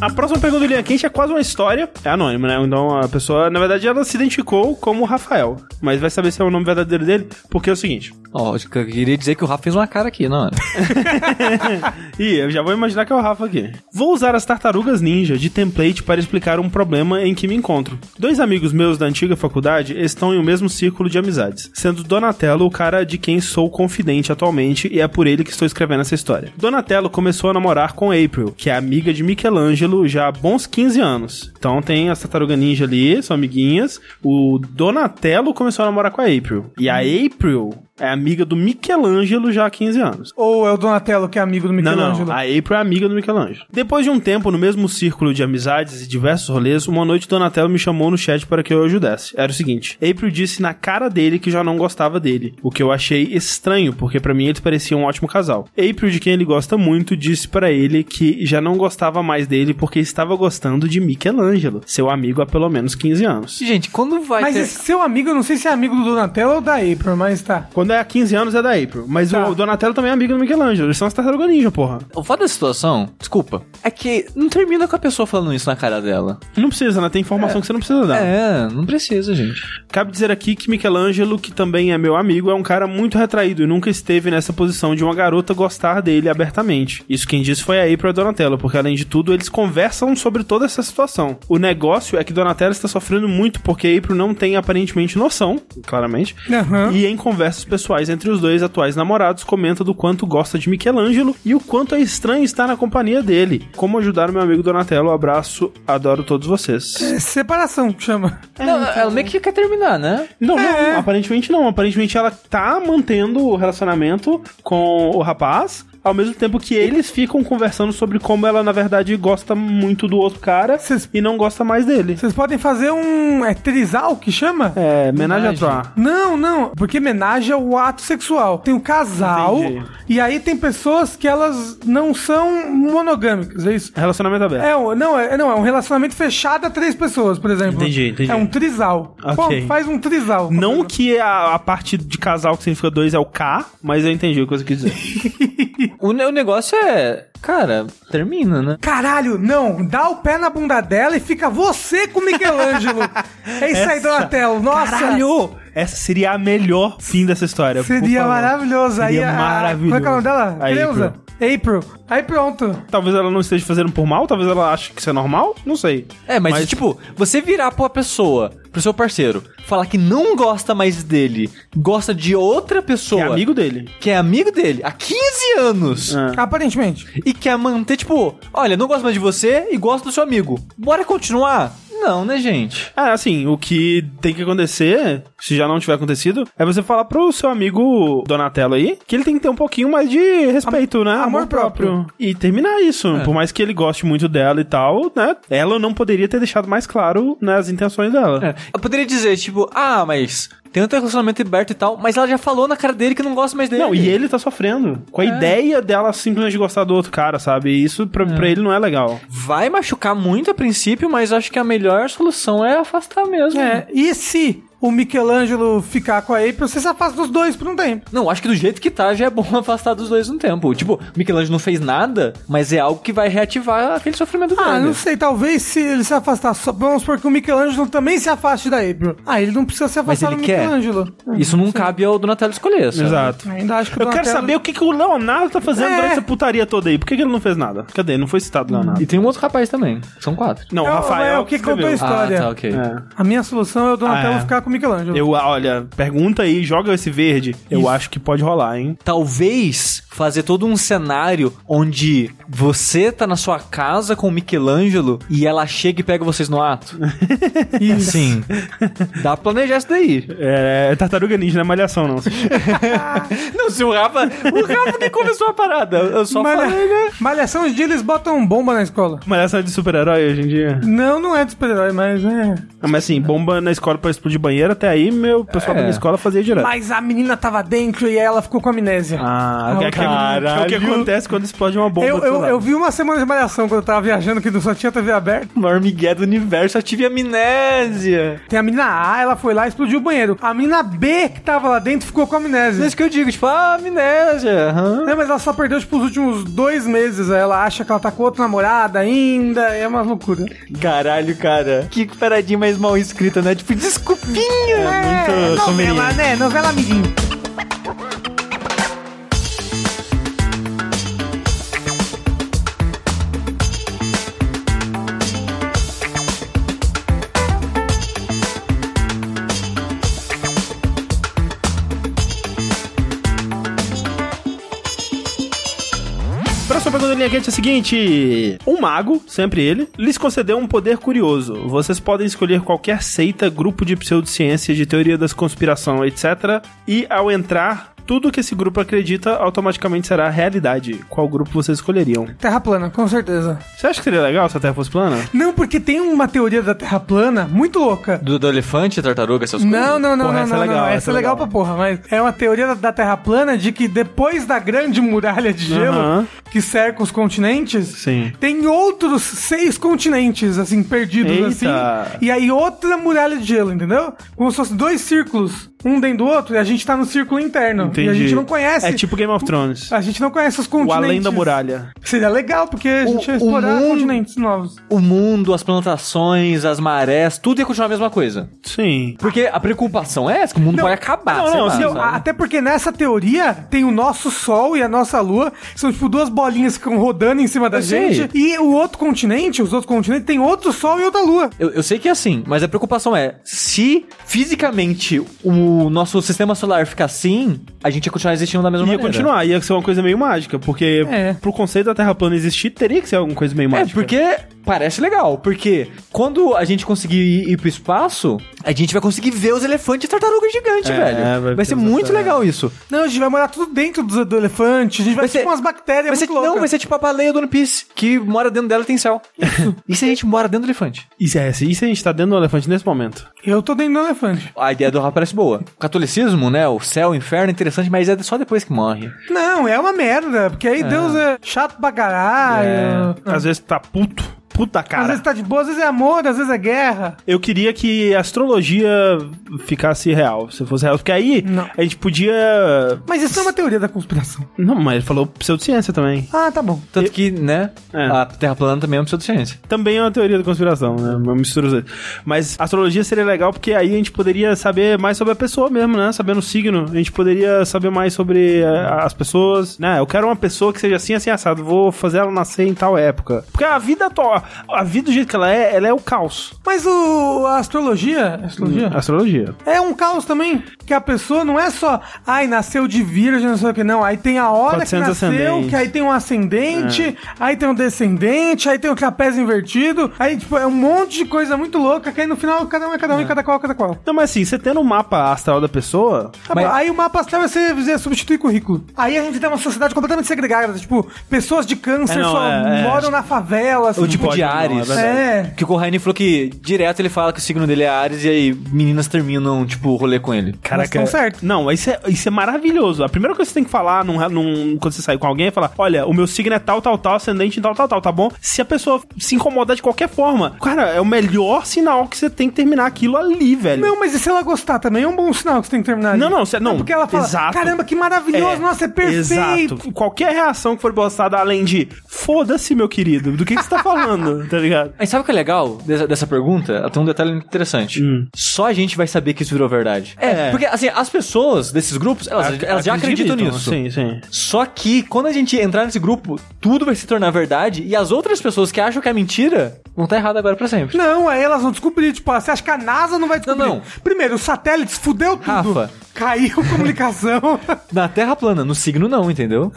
Speaker 1: A próxima pergunta do Linha Quente é quase uma história. É anônimo, né? Então a pessoa, na verdade, ela se identificou como Rafael. Mas vai saber se é o nome verdadeiro dele, porque é o seguinte.
Speaker 2: Ó, eu queria dizer que o Rafa fez uma cara aqui, não é? era?
Speaker 1: Ih, eu já vou imaginar que é o Rafa aqui. Vou usar as tartarugas ninja de template para explicar um problema em que me encontro. Dois amigos meus da antiga faculdade estão em o mesmo círculo de amizades, sendo Donatello o cara de quem sou confidente atualmente e é por ele que estou escrevendo essa história. Donatello começou a namorar com April, que é amiga de Michelangelo já há bons 15 anos. Então tem as tartarugas ninja ali, são amiguinhas. O Donatello começou a namorar com a April. E a April é amiga do Michelangelo já há 15 anos.
Speaker 3: Ou é o Donatello que é amigo do
Speaker 1: Não,
Speaker 3: Michelangelo?
Speaker 1: não. A April é amiga do Michelangelo. Depois de um tempo, no mesmo círculo de amizades e diversos rolês, uma noite Donatello me chamou no chat para que eu ajudasse. Era o seguinte: April disse na cara dele que já não gostava dele, o que eu achei estranho, porque pra mim eles pareciam um ótimo casal. April, de quem ele gosta muito, disse pra ele que já não gostava mais dele porque estava gostando de Michelangelo, seu amigo há pelo menos 15 anos.
Speaker 2: Gente, quando vai
Speaker 3: Mas
Speaker 2: ter...
Speaker 3: esse seu amigo, eu não sei se é amigo do Donatello ou da April, mas tá.
Speaker 1: Quando é há 15 anos é da April, mas
Speaker 3: Tá.
Speaker 1: o Donatello também é amigo do Michelangelo, eles são as tartarugas ninja, porra.
Speaker 2: O foda da situação, desculpa, é que não termina com a pessoa falando isso na cara dela.
Speaker 1: Não precisa, né? Tem informação que você não precisa dar.
Speaker 2: É, não precisa, gente.
Speaker 1: Cabe dizer aqui que Michelangelo, que também é meu amigo, é um cara muito retraído e nunca esteve nessa posição de uma garota gostar dele abertamente. Isso quem disse foi a April e a Donatello, porque além de tudo, eles conversam sobre toda essa situação. O negócio é que Donatello está sofrendo muito porque a April não tem aparentemente noção, claramente,
Speaker 3: Aham.
Speaker 1: e em conversas pessoais entre os dois atuais namorados, comenta do quanto gosta de Michelangelo e o quanto é estranho estar na companhia dele. Como ajudar o meu amigo Donatello? Abraço, adoro todos vocês.
Speaker 3: É Separação, que chama.
Speaker 2: não, ela meio que quer terminar, né?
Speaker 1: Não,
Speaker 3: É.
Speaker 1: não, aparentemente não. Aparentemente ela tá mantendo o relacionamento com o rapaz, ao mesmo tempo que eles ficam conversando sobre como ela, na verdade, gosta muito do outro cara
Speaker 3: Vocês-
Speaker 1: e não gosta mais dele.
Speaker 3: Vocês podem fazer um. É trisal que chama?
Speaker 1: É, homenagem a Troar.
Speaker 3: Não, não. Porque homenagem é o ato sexual. Tem o casal,
Speaker 1: Entendi.
Speaker 3: e aí tem pessoas que elas não são monogâmicas, é isso?
Speaker 1: Relacionamento aberto.
Speaker 3: É, um- não, é, não, é um relacionamento fechado a três pessoas, por exemplo.
Speaker 1: Entendi, entendi.
Speaker 3: É um trisal.
Speaker 1: Ok.
Speaker 3: Pô, faz um trisal.
Speaker 1: Não que a, a parte de casal que significa dois é o K, mas eu entendi o que você quis dizer.
Speaker 2: O, ne- o negócio é, cara, termina, né?
Speaker 3: Caralho, não, dá o pé na bunda dela e fica você com o Michelangelo. é isso aí,
Speaker 1: Essa-
Speaker 3: Donatello. Nossa,
Speaker 1: Caralho! Essa seria a melhor fim dessa história. por
Speaker 3: seria
Speaker 1: favor.
Speaker 3: maravilhoso. aí
Speaker 1: Seria
Speaker 3: a-
Speaker 1: maravilhoso.
Speaker 3: Como é que é o nome dela?
Speaker 1: A
Speaker 3: Creuza?
Speaker 1: April.
Speaker 3: April. Aí pronto.
Speaker 1: Talvez ela não esteja fazendo por mal, talvez ela ache que isso é normal, não sei.
Speaker 2: É, mas, tipo, você virar pra uma pessoa, pro seu parceiro, falar que não gosta mais dele, gosta de outra pessoa.
Speaker 1: é amigo dele.
Speaker 2: que é amigo dele há 15 anos.
Speaker 1: Ah.
Speaker 3: Aparentemente.
Speaker 2: E quer manter, tipo, olha, não gosto mais de você e gosto do seu amigo. Bora continuar? Não, né, gente?
Speaker 1: É, assim, o que tem que acontecer, se já não tiver acontecido, é você falar pro seu amigo Donatello aí que ele tem que ter um pouquinho mais de respeito, né?
Speaker 3: amor É.
Speaker 1: E terminar isso. Por mais que ele goste muito dela e tal, né? Ela não poderia ter deixado mais claro né, as intenções dela.
Speaker 2: É, Eu poderia dizer, tipo, ah, mas tem outro relacionamento aberto e tal, mas ela já falou na cara dele que não gosta mais dele.
Speaker 1: Não,
Speaker 3: É.
Speaker 1: e ele tá sofrendo. Com a ideia dela simplesmente gostar do outro cara, sabe? E isso pra, pra ele não é legal.
Speaker 2: Vai machucar muito a princípio, mas acho que a melhor solução é afastar mesmo.
Speaker 3: É. E se o Michelangelo ficar com a April, você se afasta dos dois por um tempo.
Speaker 2: Não, acho que do jeito que tá, já é bom afastar dos dois um tempo. Tipo, o Michelangelo não fez nada, mas é algo que vai reativar aquele sofrimento dele.
Speaker 3: Ah, não sei, talvez se ele se afastar, só, vamos supor que o Michelangelo também se afaste da April. Ah, ele não precisa se
Speaker 2: Mas
Speaker 3: afastar
Speaker 2: ele
Speaker 3: do
Speaker 2: quer.
Speaker 3: Michelangelo.
Speaker 2: Isso não cabe ao Donatello escolher, sabe?
Speaker 1: Exato.
Speaker 3: Ainda acho que o
Speaker 1: Eu quero
Speaker 3: Donatello-
Speaker 1: saber o que, que o Leonardo tá fazendo
Speaker 3: É.
Speaker 1: durante essa putaria toda aí. Por que, que ele não fez nada? Cadê? Não foi citado Leonardo.
Speaker 2: E tem um outro rapaz também. São quatro.
Speaker 1: Não, o
Speaker 3: É o- é
Speaker 1: Rafael.
Speaker 3: o que
Speaker 1: escreveu.
Speaker 3: contou a História.
Speaker 2: Ah, tá, ok.
Speaker 1: É.
Speaker 3: A minha solução é o Donatello
Speaker 1: Ah, é.
Speaker 3: ficar com o Michelangelo.
Speaker 1: Eu, olha, pergunta aí, joga esse verde. Eu acho que pode rolar, hein?
Speaker 2: Talvez fazer todo um cenário onde você tá na sua casa com o Michelangelo e ela chega e pega vocês no ato.
Speaker 3: Isso.
Speaker 2: Sim. Dá pra planejar isso daí.
Speaker 1: É, é tartaruga ninja, não é malhação, não.
Speaker 2: Não, se o Rafa. O Rafa que começou a parada. Eu só
Speaker 3: Malha...
Speaker 2: falei, né?
Speaker 3: Malhação de dia eles botam bomba na escola.
Speaker 1: malhação é de super-herói hoje em dia.
Speaker 3: Não, não é de super-herói, mas é.
Speaker 1: Ah, Mas assim, bomba na escola pra explodir banheiro, até aí meu o pessoal
Speaker 2: É.
Speaker 1: da minha escola fazia direto.
Speaker 3: Mas a menina tava dentro e aí ela ficou com amnésia.
Speaker 1: Ah,
Speaker 3: Ah,
Speaker 1: é, que- é o que acontece quando explode uma bomba.
Speaker 3: eu,
Speaker 1: do seu
Speaker 3: eu,
Speaker 1: lado.
Speaker 3: eu vi uma semana de malhação quando eu tava viajando que só tinha TV aberta.
Speaker 2: O maior migué do universo, eu tive amnésia.
Speaker 3: Tem a menina A, ela foi lá e explodiu o banheiro. A menina B que tava lá dentro ficou com
Speaker 2: É
Speaker 3: amnésia.
Speaker 2: isso que eu digo, tipo, ah, amnésia. aham.
Speaker 3: Não, mas ela só perdeu, tipo, os últimos dois meses. Aí ela acha que ela tá com outra namorada ainda. É uma loucura.
Speaker 2: Caralho, cara. Que paradinha mais mal escrita, né? Tipo, desculpinha.
Speaker 1: muito
Speaker 3: novela,
Speaker 1: somerinha.
Speaker 3: né? Novela amiguinho.
Speaker 1: Próxima pergunta da linha quente é a seguinte: Um mago, sempre ele, lhes concedeu um poder curioso. Vocês podem escolher qualquer seita, grupo de pseudociência, de teoria das conspiração, etc. E ao entrar, tudo que esse grupo acredita automaticamente será realidade. Qual grupo vocês escolheriam?
Speaker 3: Terra plana, com certeza.
Speaker 1: Você acha que seria legal se a Terra fosse plana?
Speaker 3: Não, porque tem uma teoria da Terra plana muito louca.
Speaker 2: Do, do elefante, tartaruga, essas coisas?
Speaker 3: Não, não, não,
Speaker 1: Porra,
Speaker 3: não,
Speaker 1: essa é
Speaker 3: não,
Speaker 1: legal,
Speaker 3: não. Essa,
Speaker 1: essa
Speaker 3: é
Speaker 1: é
Speaker 3: legal,
Speaker 1: legal.
Speaker 3: pra porra, mas é uma teoria da- da Terra plana de que depois da grande muralha de gelo
Speaker 1: Aham.
Speaker 3: que cerca os continentes,
Speaker 1: Sim.
Speaker 3: tem outros seis continentes, assim, perdidos,
Speaker 1: Eita.
Speaker 3: assim. E aí outra muralha de gelo, entendeu? Como se fossem dois círculos, um dentro do outro, e a gente tá no círculo interno. E a gente não conhece.
Speaker 1: É tipo Game of Thrones.
Speaker 3: A gente não conhece os
Speaker 1: O
Speaker 3: continentes.
Speaker 1: além da muralha.
Speaker 3: Seria legal, porque a gente ia
Speaker 2: o
Speaker 3: explorar
Speaker 2: mundo-
Speaker 3: continentes novos.
Speaker 2: O mundo, as plantações, as marés, tudo ia continuar a mesma coisa.
Speaker 1: Sim.
Speaker 2: Porque a preocupação é essa, que o mundo
Speaker 3: Não,
Speaker 2: vai acabar.
Speaker 1: não,
Speaker 2: sei
Speaker 1: não,
Speaker 2: lá,
Speaker 1: se eu-
Speaker 2: sabe?
Speaker 3: Ah, Até porque nessa teoria tem o nosso Sol e a nossa Lua, que são tipo duas bolinhas que ficam rodando em cima da
Speaker 2: Eu sei.
Speaker 3: gente. E o outro continente, os outros continentes, tem outro Sol e outra Lua.
Speaker 2: Eu, eu sei que é assim, mas a preocupação é: se fisicamente o nosso sistema solar ficar assim, a gente ia continuar existindo da mesma
Speaker 1: Ia
Speaker 2: maneira.
Speaker 1: continuar, ia ser uma coisa meio mágica, porque
Speaker 3: É.
Speaker 1: pro conceito da Terra plana existir, teria que ser alguma coisa meio
Speaker 2: É,
Speaker 1: mágica.
Speaker 2: porque parece legal. Porque quando a gente conseguir ir, ir pro espaço, a gente vai conseguir ver os elefantes e tartaruga gigante,
Speaker 1: É,
Speaker 2: velho.
Speaker 1: vai
Speaker 2: Vai,
Speaker 1: ter
Speaker 2: ser
Speaker 1: os
Speaker 2: muito
Speaker 1: elefantes.
Speaker 2: legal isso.
Speaker 3: Não, a gente vai morar tudo dentro do, do elefante, a gente vai,
Speaker 2: Vai
Speaker 3: ser
Speaker 2: ser-
Speaker 3: tipo umas bactérias
Speaker 1: É,
Speaker 2: Vai ser,
Speaker 3: muito loucas.
Speaker 2: não, vai ser tipo a baleia do One Piece, que mora dentro dela e tem céu. e se a gente mora dentro do elefante?
Speaker 1: E se, é, se- e se a gente tá dentro do elefante nesse momento?
Speaker 3: Eu tô dentro do elefante.
Speaker 2: A ideia do Rafa parece boa. O catolicismo, né? O céu, o inferno é interessante, mas é só depois que morre.
Speaker 3: Não, é uma merda, porque aí Deus é chato pra é caralho.
Speaker 1: Às vezes tá puto. Puta
Speaker 3: Às
Speaker 1: cara.
Speaker 3: vezes tá de boa, às vezes é amor, às vezes é guerra.
Speaker 1: Eu queria que a astrologia ficasse real, se fosse real. Porque aí
Speaker 3: Não.
Speaker 1: a gente podia.
Speaker 3: Mas isso não é uma teoria da conspiração.
Speaker 1: Não, mas ele falou pseudociência também.
Speaker 3: Ah, tá bom.
Speaker 2: Tanto que, né,
Speaker 1: É.
Speaker 2: a Terra plana também é uma pseudociência.
Speaker 1: Também é uma teoria da conspiração, né? Uma mistura dos dois. Mas astrologia seria legal porque aí a gente poderia saber mais sobre a pessoa mesmo, né? Sabendo o signo, a gente poderia saber mais sobre eh, as pessoas, né? Eu quero uma pessoa que seja assim, assim, assado. Vou fazer ela nascer em tal época. Porque a vida atual, a vida do jeito que ela é, ela é o caos.
Speaker 3: Mas o, a astrologia. Astrologia?
Speaker 1: Astrologia.
Speaker 3: É um caos também, que a pessoa não é só, ai, nasceu de virgem, não sei o que, não. Aí tem a hora que
Speaker 1: 400
Speaker 3: nasceu,
Speaker 1: ascendentes.
Speaker 3: que aí tem um ascendente, aí tem um descendente, aí tem o trapézio invertido, aí, tipo, é um monte de coisa muito louca, que aí no final cada um é cada um e cada qual, é cada qual.
Speaker 1: Não, mas assim, você tendo um mapa astral da pessoa,
Speaker 3: Tá
Speaker 2: Mas-
Speaker 3: bom, Aí o mapa astral vai ser, é substituir currículo. Aí a gente tem uma sociedade completamente segregada, tipo, pessoas de câncer
Speaker 1: É, não,
Speaker 3: só
Speaker 1: é, é.
Speaker 3: moram na favela, assim.
Speaker 2: O tipo
Speaker 1: pode,
Speaker 2: de
Speaker 1: não, é
Speaker 2: Ares.
Speaker 1: verdade.
Speaker 3: É.
Speaker 2: Que o Corraine falou que direto ele fala que o signo dele é Ares e aí meninas terminam, tipo, o rolê com ele.
Speaker 1: Caraca.
Speaker 3: Mas tão certo.
Speaker 1: Não, isso é, isso é maravilhoso. A primeira coisa que você tem que falar num, num- quando você sair com alguém é falar: olha, o meu signo é tal, tal, tal, ascendente em tal, tal, tal, tá bom? Se a pessoa se incomodar de qualquer forma, cara, é o melhor sinal que você tem que terminar aquilo ali, velho.
Speaker 3: Não, mas e se ela gostar também? É um bom sinal que você tem que terminar. ali.
Speaker 1: Não, não, cê- não,
Speaker 3: É porque ela fala,
Speaker 1: exato.
Speaker 3: caramba, que maravilhoso, nossa, é perfeito.
Speaker 1: Exato. Qualquer reação que for postada além de foda-se, meu querido, do que, que você tá falando, tá ligado?
Speaker 2: Aí sabe o que é legal dessa, dessa pergunta? Ela tem um detalhe interessante. Só a gente vai saber que isso virou verdade.
Speaker 1: Hum. É.
Speaker 2: Porque, assim, as pessoas desses grupos, elas, elas já acreditam nisso.
Speaker 1: então, Sim, sim.
Speaker 2: Só que quando a gente entrar nesse grupo, tudo vai se tornar verdade e as outras pessoas que acham que é mentira vão estar erradas agora pra sempre.
Speaker 3: Não, aí elas vão descobrir. Tipo, ah, você acha que a NASA não vai descobrir?
Speaker 2: Não, não.
Speaker 3: Primeiro, os satélites fudeu tudo.
Speaker 2: Rafa.
Speaker 3: Caiu a comunicação.
Speaker 2: Na Terra plana, no signo não, entendeu?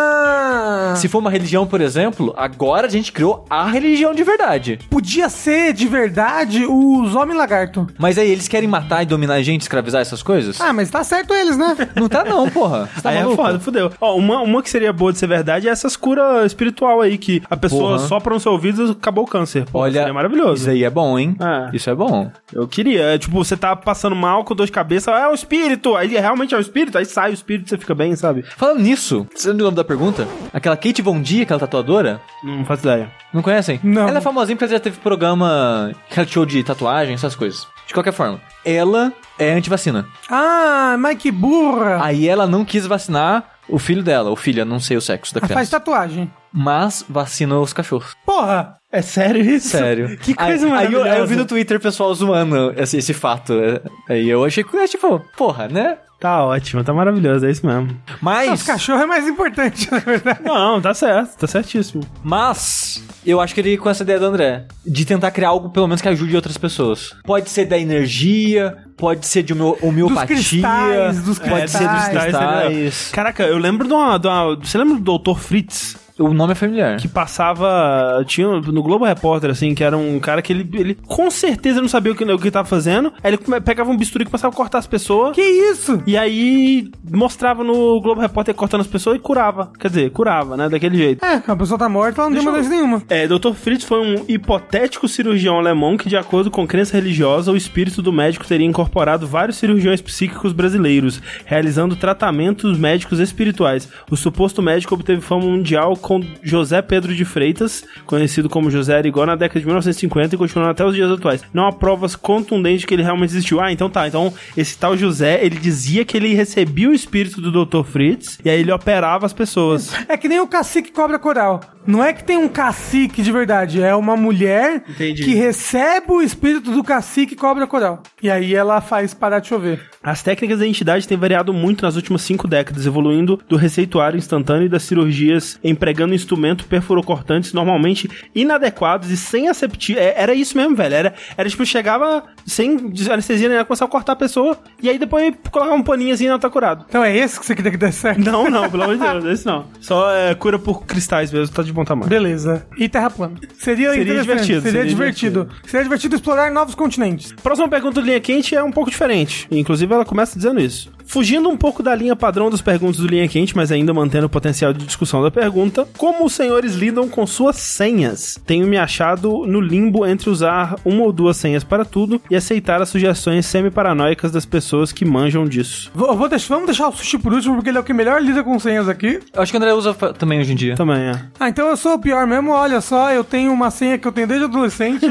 Speaker 3: ah.
Speaker 2: Se for uma religião, por exemplo, agora a gente criou a religião de verdade.
Speaker 3: podia ser de verdade os homens lagarto.
Speaker 2: Mas aí eles querem matar e dominar a gente, escravizar essas coisas?
Speaker 3: Ah, mas tá certo eles, né?
Speaker 2: Não tá não, porra. Você tá
Speaker 1: aí
Speaker 2: maluco?
Speaker 1: é foda, fudeu. Ó, uma, uma que seria boa de ser verdade é essas curas espiritual aí, que a pessoa
Speaker 2: Porra.
Speaker 1: sopra no seu ouvido e acabou o câncer. Pô,
Speaker 2: Olha,
Speaker 1: seria maravilhoso.
Speaker 2: Isso aí é bom, hein?
Speaker 1: É.
Speaker 2: Isso é bom.
Speaker 1: Eu queria. É, tipo, você tá passando mal com dor de cabeça, é um espírito. Aí ele realmente é um espírito, aí sai o espírito você fica bem, sabe?
Speaker 2: Falando nisso, você lembra do nome da pergunta? Aquela Kate Von Dia, aquela tatuadora?
Speaker 1: Não faço ideia.
Speaker 2: Não conhecem?
Speaker 3: Não.
Speaker 2: Ela é famosinha porque ela já teve programa reality show de tatuagem, essas coisas. De qualquer forma, ela é antivacina.
Speaker 3: Ah, mas que burra.
Speaker 2: Aí ela não quis vacinar o filho dela, ou filha, não sei o sexo da
Speaker 3: Ah, faz
Speaker 2: criança.
Speaker 3: tatuagem.
Speaker 2: Mas vacinou os cachorros.
Speaker 3: Porra.
Speaker 1: É sério isso?
Speaker 2: Sério.
Speaker 1: Que coisa
Speaker 2: aí, aí eu,
Speaker 1: maravilhosa.
Speaker 2: aí eu vi no Twitter pessoal zoando esse, esse fato. É, Aí eu achei que, tipo, porra, né?
Speaker 1: Tá ótimo, tá maravilhoso, é isso mesmo.
Speaker 3: Os
Speaker 2: Mas,
Speaker 3: cachorros é mais importante, na verdade.
Speaker 1: Não, tá certo, tá certíssimo.
Speaker 2: mas, eu acho que ele com essa ideia do André, de tentar criar algo pelo menos que ajude outras pessoas. Pode ser da energia, pode ser de homeo- homeopatia,
Speaker 3: cristais, dos
Speaker 2: pode ser dos tá
Speaker 3: cristais.
Speaker 2: cristais.
Speaker 1: tá, Caraca, eu lembro de uma, de uma- Você lembra do Dr. Fritz?
Speaker 3: né?
Speaker 2: O nome é familiar.
Speaker 1: que passava. Tinha um, no Globo Repórter, assim, que era um cara que ele, ele com certeza não sabia o que, o que tava fazendo. Aí ele come- pegava um bisturi e começava a cortar as pessoas.
Speaker 3: Que isso?
Speaker 1: E aí mostrava no Globo Repórter cortando as pessoas e curava. Quer dizer, curava, né? Daquele jeito.
Speaker 3: É, a pessoa tá morta, ela não
Speaker 1: Deixa
Speaker 3: tem mais
Speaker 1: eu-
Speaker 3: nenhuma.
Speaker 1: É, Dr. Fritz foi um hipotético cirurgião alemão que, de acordo com crença religiosa, o espírito do médico teria incorporado vários cirurgiões psíquicos brasileiros, realizando tratamentos médicos espirituais. O suposto médico obteve fama mundial com José Pedro de Freitas, conhecido como José Arigó, na década de 1950 e continuando até os dias atuais. Não há provas contundentes de que ele realmente existiu. Ah, então tá. Então, esse tal José, ele dizia que ele recebia o espírito do Dr. Fritz e aí ele operava as pessoas.
Speaker 3: É que nem o cacique cobra coral. Não é que tem um cacique de verdade, é uma mulher
Speaker 1: Entendi.
Speaker 3: que recebe o espírito do cacique cobra coral. E aí ela faz parar de chover.
Speaker 1: As técnicas da entidade têm variado muito nas últimas cinco décadas, evoluindo do receituário instantâneo e das cirurgias, empregando instrumento perfurocortantes normalmente inadequados e sem aseptia. É, era isso mesmo, velho. Era, era tipo, chegava sem anestesia, né? Começava a cortar a pessoa e aí depois colocava um paninho assim e ela tá curado.
Speaker 3: Então é esse que você queria que desse certo?
Speaker 1: Não, não, pelo amor de Deus, esse não. Só é, cura por cristais mesmo, tá de bom tamanho.
Speaker 3: Beleza. E terra plana. Seria,
Speaker 1: Seria
Speaker 3: interessante,
Speaker 1: divertido,
Speaker 3: Seria,
Speaker 1: seria
Speaker 3: divertido. Seria divertido explorar novos continentes.
Speaker 1: Próxima pergunta do Linha Quente é um pouco diferente. Inclusive, ela começa dizendo isso. Fugindo um pouco da linha padrão dos perguntas do Linha Quente, mas ainda mantendo o potencial de discussão da pergunta, como os senhores lidam com suas senhas? Tenho me achado no limbo entre usar uma ou duas senhas para tudo e aceitar as sugestões semi-paranoicas das pessoas que manjam disso.
Speaker 3: Vou, vou deixar, vamos deixar o sushi por último, porque ele é o que melhor lida com senhas aqui.
Speaker 2: Eu acho que o André usa fa- também hoje em dia.
Speaker 1: Também é.
Speaker 3: Ah, então eu sou o pior mesmo, olha só, eu tenho uma senha que eu tenho desde adolescente,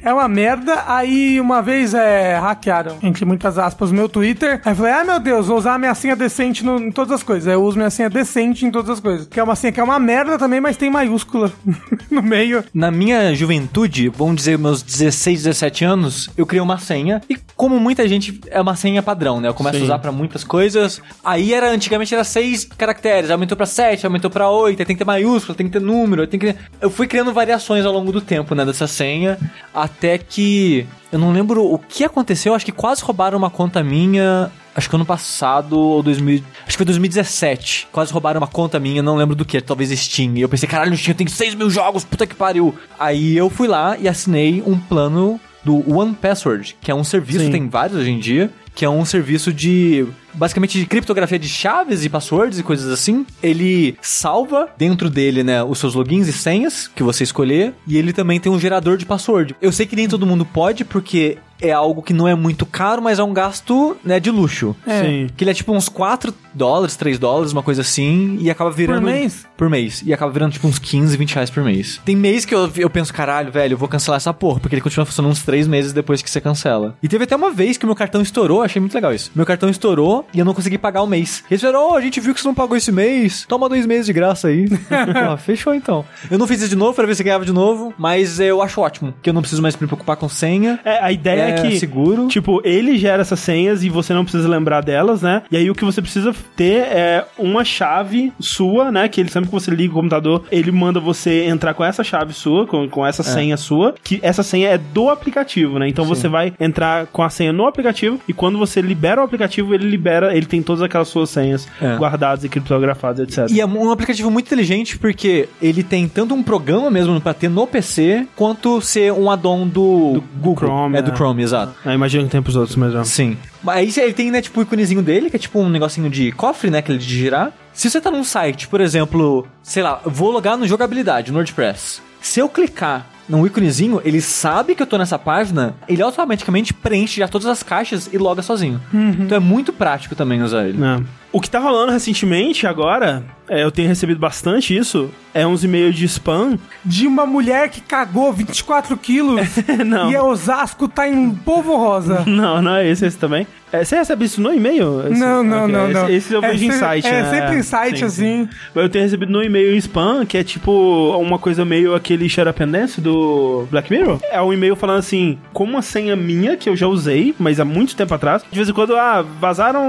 Speaker 3: é uma merda, aí uma vez é, hackearam, entre muitas aspas, o meu Twitter, aí eu falei, ah meu Deus, vou usar a minha senha decente no- em todas as coisas, aí eu uso minha senha decente em todas as coisas, que é uma senha que é uma merda também, mas tem maiúscula no meio.
Speaker 2: Na minha juventude, vamos dizer meus 16, 17 anos, eu criei uma senha. E como muita gente, é uma senha padrão, né? Eu começo
Speaker 1: Sim.
Speaker 2: a usar pra muitas coisas. Aí era, antigamente era seis caracteres, aumentou pra sete, aumentou pra oito, aí tem que ter maiúsculo, tem que ter número, aí tem que ter... Eu fui criando variações ao longo do tempo, né, dessa senha, até que... Eu não lembro o que aconteceu, acho que quase roubaram uma conta minha Acho que ano passado, ou 2000. Acho que foi 2017. Quase roubaram uma conta minha, não lembro do que, talvez Steam. E eu pensei, caralho, Steam tem 6 mil jogos, puta que pariu. Aí eu fui lá e assinei um plano do One Password, que é um serviço,
Speaker 1: Sim.
Speaker 2: tem vários hoje em dia, que é um serviço de. Basicamente de criptografia de chaves e passwords e coisas assim. Ele salva dentro dele, né, os seus logins e senhas que você escolher. E ele também tem um gerador de password. Eu sei que nem todo mundo pode, porque é algo que não é muito caro, mas é um gasto, né, de luxo.
Speaker 1: Sim.
Speaker 2: Que ele é tipo uns 4 dólares, 3 dólares, uma coisa assim, e acaba virando.
Speaker 3: mês?
Speaker 2: Por mês. E acaba virando tipo uns 15, 20 reais por mês. Tem mês que eu, eu penso, caralho, velho, eu vou cancelar essa porra, porque ele continua funcionando uns 3 meses depois que você cancela. E teve até uma vez que meu cartão estourou, achei muito legal isso. Meu cartão estourou e eu não consegui pagar o mês. Eles falaram, ó, a gente viu que você não pagou esse mês, toma dois meses de graça aí. Porra, fechou então. Eu não fiz isso de novo pra ver se ganhava de novo, mas eu acho ótimo, que eu não preciso mais me preocupar com senha.
Speaker 1: É, a ideia é,
Speaker 2: É,
Speaker 1: que,
Speaker 2: seguro.
Speaker 1: tipo, ele gera essas senhas e você não precisa lembrar delas, né? E aí o que você precisa ter é uma chave sua, né? Que ele sempre que você liga o computador, ele manda você entrar com essa chave sua, com, com
Speaker 2: É.
Speaker 1: essa senha sua, que essa senha é do aplicativo, né? Então você vai entrar com a senha no aplicativo e quando você libera o aplicativo, ele libera, ele tem todas aquelas suas senhas
Speaker 2: É.
Speaker 1: guardadas e criptografadas, etc.
Speaker 2: E é um aplicativo muito inteligente porque ele tem tanto um programa mesmo pra ter no PC, quanto ser um add-on do, Google.
Speaker 1: Chrome,
Speaker 2: é do
Speaker 1: né?
Speaker 2: Chrome, exato.
Speaker 1: Ah, imagina que tem pros outros mesmo.
Speaker 2: Sim. Mas aí ele tem, né, tipo, o iconezinho dele, que é tipo um negocinho de cofre, né, aquele de girar. Se você tá num site, por exemplo, sei lá, eu vou logar no jogabilidade, no WordPress. Se eu clicar num íconezinho, ele sabe que eu tô nessa página, ele automaticamente preenche já todas as caixas e loga sozinho.
Speaker 1: Uhum.
Speaker 2: Então é muito prático também usar ele.
Speaker 1: É. O que tá rolando recentemente agora, é, eu tenho recebido bastante isso, é uns e-mails de spam.
Speaker 3: De uma mulher que cagou 24 quilos
Speaker 1: Não.
Speaker 3: e é Osasco, tá em polvo rosa.
Speaker 1: Não, não é esse, esse também. É, você recebe isso no e-mail? Esse-
Speaker 3: Não, não,
Speaker 1: ok,
Speaker 3: não,
Speaker 1: esse,
Speaker 3: não.
Speaker 1: Esse eu
Speaker 3: É
Speaker 1: vejo em
Speaker 3: sempre-
Speaker 1: site,
Speaker 3: é
Speaker 1: né?
Speaker 3: sempre em site, assim.
Speaker 1: Eu tenho recebido no e-mail em spam, que é tipo uma coisa meio aquele Shut Up and Dance do Black Mirror. É um e-mail falando assim, com uma senha minha, que eu já usei, mas há muito tempo atrás. De vez em quando, ah, vazaram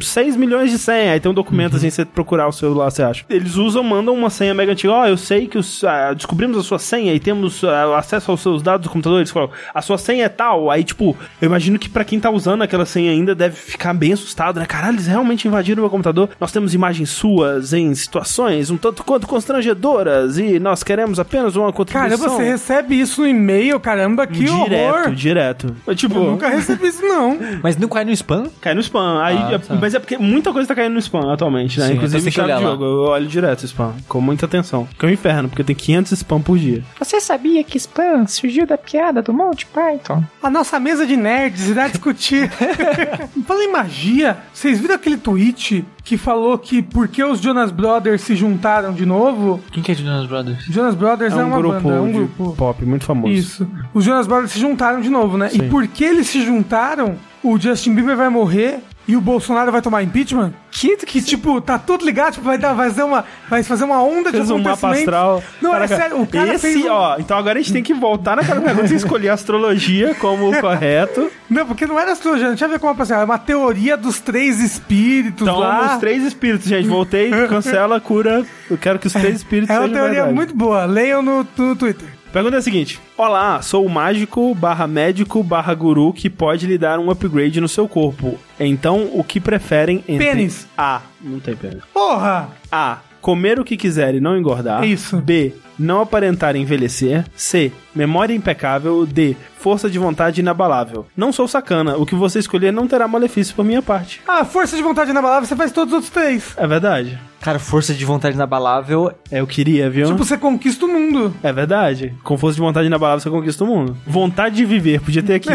Speaker 1: 6 milhões de senha. Aí tem um
Speaker 3: Uhum.
Speaker 1: documento, assim, você procurar o celular, você acha. Eles usam, mandam uma senha mega antiga. Ó, eu sei que os, ah, descobrimos a sua senha e temos ah, acesso aos seus dados do computador. Eles falam, a sua senha é tal. Aí, tipo, eu imagino que pra quem tá usando aquela senha ainda deve ficar bem assustado, né? Caralho, eles realmente invadiram o meu computador. Nós temos imagens suas em situações um tanto quanto constrangedoras e nós queremos apenas uma
Speaker 3: Caramba,
Speaker 1: contribuição.
Speaker 3: você recebe isso no e-mail, caramba, que
Speaker 1: direto,
Speaker 3: horror.
Speaker 1: direto. Eu, tipo,
Speaker 3: Eu nunca recebi isso, não.
Speaker 2: Mas não cai no spam?
Speaker 1: Cai no spam. Aí,
Speaker 2: Ah,
Speaker 1: é-
Speaker 2: tá.
Speaker 1: mas é porque muita coisa tá caindo no spam atualmente, né?
Speaker 2: Sim,
Speaker 1: Inclusive
Speaker 2: então
Speaker 1: o
Speaker 2: tem que
Speaker 1: Thiago
Speaker 2: olhar lá.
Speaker 1: Diogo, eu olho direto o spam, com muita atenção. Que é um inferno, porque tem 500 spam por dia.
Speaker 4: Você sabia que spam surgiu da piada do Monty Python?
Speaker 3: A nossa mesa de nerds irá discutir. Falando em magia, vocês viram aquele tweet que falou que porque os Jonas Brothers se juntaram de novo?
Speaker 2: Quem que é de Jonas Brothers?
Speaker 3: Jonas Brothers é, uma banda, é um grupo.
Speaker 1: de pop muito famoso.
Speaker 3: Isso. Os Jonas Brothers se juntaram de novo, né?
Speaker 1: Sim.
Speaker 3: E porque eles se juntaram, o Justin Bieber vai morrer e o Bolsonaro vai tomar impeachment? Que, que tipo, tá tudo ligado, tipo, vai dar, vai fazer uma, vai fazer uma onda
Speaker 1: Fez
Speaker 3: de
Speaker 1: um mapa
Speaker 3: acontecimentos.
Speaker 1: astral.
Speaker 3: é Não, é
Speaker 1: Caraca,
Speaker 3: sério, o cara
Speaker 1: esse,
Speaker 3: fez um-
Speaker 1: ó, então agora a gente tem que voltar naquela pergunta e escolher a astrologia como o correto.
Speaker 3: Não, porque não era astrologia, não tinha a ver com uma pessoa, é uma teoria dos três espíritos
Speaker 1: Então,
Speaker 3: lá.
Speaker 1: os três espíritos, gente. Voltei, cancela, cura. Eu quero que os três espíritos
Speaker 3: É uma
Speaker 1: sejam
Speaker 3: teoria
Speaker 1: verdade.
Speaker 3: muito boa, leiam no, no Twitter.
Speaker 1: Pergunta é a seguinte: Olá, sou o mágico barra médico barra guru que pode lhe dar um upgrade no seu corpo. Então, o que preferem entre
Speaker 3: Pênis.
Speaker 1: A. Não tem pênis.
Speaker 3: Porra!
Speaker 1: A. Comer o que quiser e não engordar.
Speaker 3: Isso.
Speaker 1: B. Não aparentar envelhecer. C. Memória impecável. D. Força de vontade inabalável. Não sou sacana. O que você escolher não terá malefício por minha parte.
Speaker 3: Ah, força de vontade inabalável, você faz todos os outros três.
Speaker 1: É verdade.
Speaker 2: Cara, força de vontade inabalável.
Speaker 1: É, eu queria, viu?
Speaker 3: Tipo, você conquista o mundo.
Speaker 1: É verdade. Com força de vontade inabalável você conquista o mundo. Vontade de viver, podia ter aqui.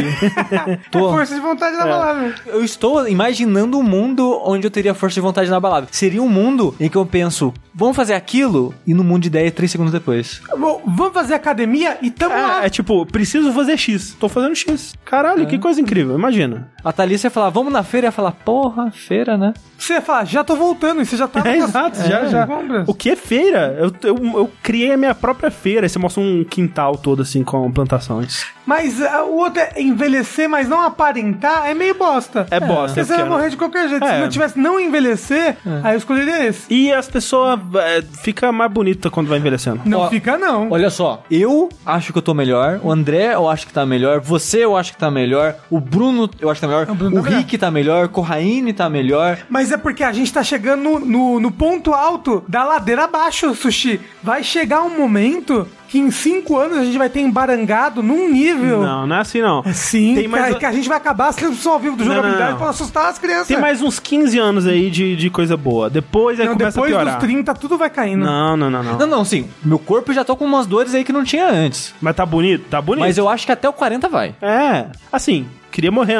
Speaker 2: Tô-
Speaker 3: É força de vontade inabalável.
Speaker 2: Eu estou imaginando um mundo onde eu teria força de vontade inabalável. Seria um mundo em que eu penso, vamos fazer aquilo, e no mundo de ideia três segundos depois.
Speaker 3: Bom, vamos fazer academia e tamo lá.
Speaker 1: é, é tipo, preciso fazer X. Tô fazendo X.
Speaker 3: É.
Speaker 1: Caralho, que coisa incrível. Imagina.
Speaker 2: A Thalissa ia falar, vamos na feira, ia falar, porra, feira, né?
Speaker 3: Você ia falar, já tô voltando, e você já tá
Speaker 1: É,
Speaker 3: nas-
Speaker 1: exato,
Speaker 3: é,
Speaker 1: já, já.
Speaker 3: compras.
Speaker 1: O que é feira? Eu, eu, eu criei a minha própria feira. Aí Você mostra um quintal todo assim com plantações.
Speaker 3: Mas ah, o outro é envelhecer, mas não aparentar, é meio bosta.
Speaker 1: É, bosta,
Speaker 3: Porque
Speaker 1: eu
Speaker 3: você vai
Speaker 1: quero.
Speaker 3: morrer de qualquer jeito.
Speaker 1: É.
Speaker 3: Se não tivesse não envelhecer, aí eu escolheria esse.
Speaker 1: E as pessoas é, fica mais bonita quando vai envelhecendo.
Speaker 3: Não
Speaker 2: Ó,
Speaker 3: fica, não.
Speaker 2: Olha só, eu acho que eu tô melhor, o André eu acho que tá melhor, você eu acho que tá melhor, o Bruno eu acho que tá melhor,
Speaker 3: O
Speaker 2: o,
Speaker 3: Bruno tá melhor.
Speaker 2: Rick tá melhor, o Corraine tá melhor.
Speaker 3: Mas é porque a gente tá chegando no, no- no ponto alto da ladeira abaixo, Sushi. Vai chegar um momento que em cinco anos a gente vai ter embarangado num nível.
Speaker 1: Não, não é assim não.
Speaker 3: Sim,
Speaker 1: Tem mais
Speaker 3: cara,
Speaker 1: o-
Speaker 3: que a gente vai acabar sendo só ao vivo do
Speaker 1: Não, não,
Speaker 3: jogabilidade
Speaker 1: não.
Speaker 3: pra assustar as crianças.
Speaker 1: Tem mais uns 15 anos aí de, de coisa boa. Depois aí
Speaker 3: não,
Speaker 1: começa
Speaker 3: depois
Speaker 1: a
Speaker 3: dos
Speaker 1: piorar.
Speaker 3: 30 tudo vai caindo.
Speaker 1: Não, não, não, não.
Speaker 2: Não, não, sim, meu corpo já tô com umas dores aí que não tinha antes.
Speaker 1: Mas tá bonito, tá bonito.
Speaker 2: Mas eu acho que até o 40 vai.
Speaker 1: É, assim, queria morrer.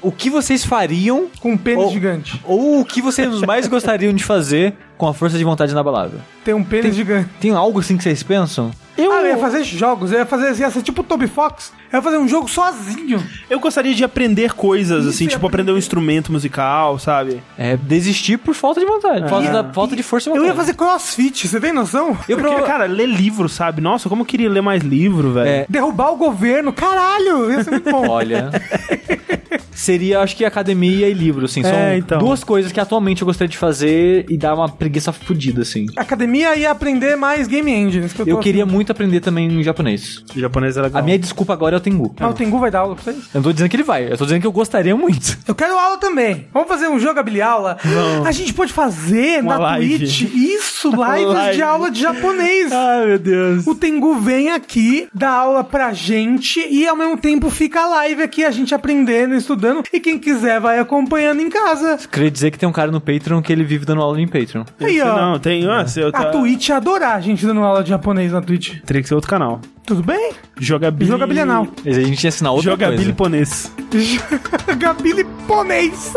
Speaker 2: O que vocês fariam
Speaker 3: Com um pênis
Speaker 2: Ou-
Speaker 3: gigante.
Speaker 2: ou o que vocês mais gostariam de fazer com a força de vontade inabalável?
Speaker 3: Tem um pênis gigante.
Speaker 2: Tem algo assim que vocês pensam?
Speaker 1: Eu,
Speaker 3: Ah, eu ia fazer jogos, eu ia fazer assim, ia ser tipo o Toby Fox. Eu ia fazer um jogo sozinho.
Speaker 1: eu gostaria de aprender coisas, assim,
Speaker 3: Isso,
Speaker 1: tipo aprender um instrumento musical, sabe?
Speaker 2: É desistir por falta de vontade, falta, da- falta de força de
Speaker 3: É. Eu
Speaker 2: vontade.
Speaker 3: ia fazer crossfit, você tem noção?
Speaker 1: Eu
Speaker 2: Eu
Speaker 1: queria,
Speaker 2: prova-
Speaker 1: cara, ler livro, sabe? Nossa, como eu queria ler mais livro, velho.
Speaker 2: É.
Speaker 3: Derrubar o governo, caralho, ia ser muito bom.
Speaker 2: Olha. Seria, acho que academia e livro, assim. São
Speaker 1: É, então.
Speaker 2: duas coisas que atualmente eu gostaria de fazer e dar uma preguiça fodida, assim.
Speaker 3: Academia ia aprender mais game engines. Que eu, tô
Speaker 2: Eu queria muito aprender também japonês.
Speaker 1: O japonês era
Speaker 2: A minha desculpa agora é o Tengu.
Speaker 3: Ah, o Tengu vai dar aula pra vocês?
Speaker 2: Eu não tô dizendo que ele vai, eu tô dizendo que eu gostaria muito.
Speaker 3: Eu quero aula também. Vamos fazer um jogabilidade aula? A gente pode fazer
Speaker 1: Uma
Speaker 3: na
Speaker 1: live.
Speaker 3: Twitch. Isso, lives
Speaker 1: live.
Speaker 3: de aula de japonês.
Speaker 1: Ai, meu Deus.
Speaker 3: O Tengu vem aqui, dá aula pra gente e ao mesmo tempo fica a live aqui, a gente aprendendo, estudando. E quem quiser vai acompanhando em casa.
Speaker 2: Queria dizer que tem um cara no Patreon que ele vive dando aula em Patreon.
Speaker 3: Aí, ó.
Speaker 1: Não, tem. Nossa, eu
Speaker 3: A
Speaker 1: tá-
Speaker 3: Twitch ia adorar a gente dando aula de japonês na Twitch.
Speaker 1: Teria que ser outro canal.
Speaker 3: Tudo bem?
Speaker 1: Jogabili.
Speaker 3: Jogabilia não.
Speaker 2: Mas a gente ia ensinar outra
Speaker 1: Jogabili
Speaker 2: coisa.
Speaker 1: ponês.
Speaker 3: Gabili Ponês.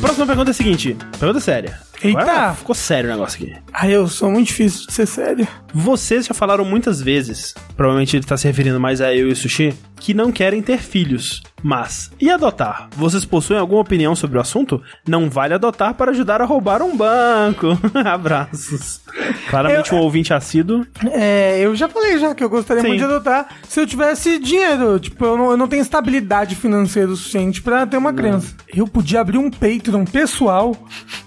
Speaker 1: Próxima pergunta é a seguinte. Pergunta séria.
Speaker 3: Eita.
Speaker 1: Agora ficou sério o negócio aqui.
Speaker 3: Ai, eu sou muito difícil de ser sério.
Speaker 1: Vocês já falaram muitas vezes, provavelmente ele tá se referindo mais a eu e o Sushi, que não querem ter filhos. Mas, e adotar? Vocês possuem alguma opinião sobre o assunto? Não vale adotar para ajudar a roubar um banco. Abraços. Claramente um ouvinte assíduo.
Speaker 3: É, eu já falei já que eu gostaria
Speaker 1: Sim.
Speaker 3: muito de adotar se eu tivesse dinheiro. Tipo, eu não, eu não tenho estabilidade financeira o suficiente pra ter uma criança. Eu podia abrir um Patreon pessoal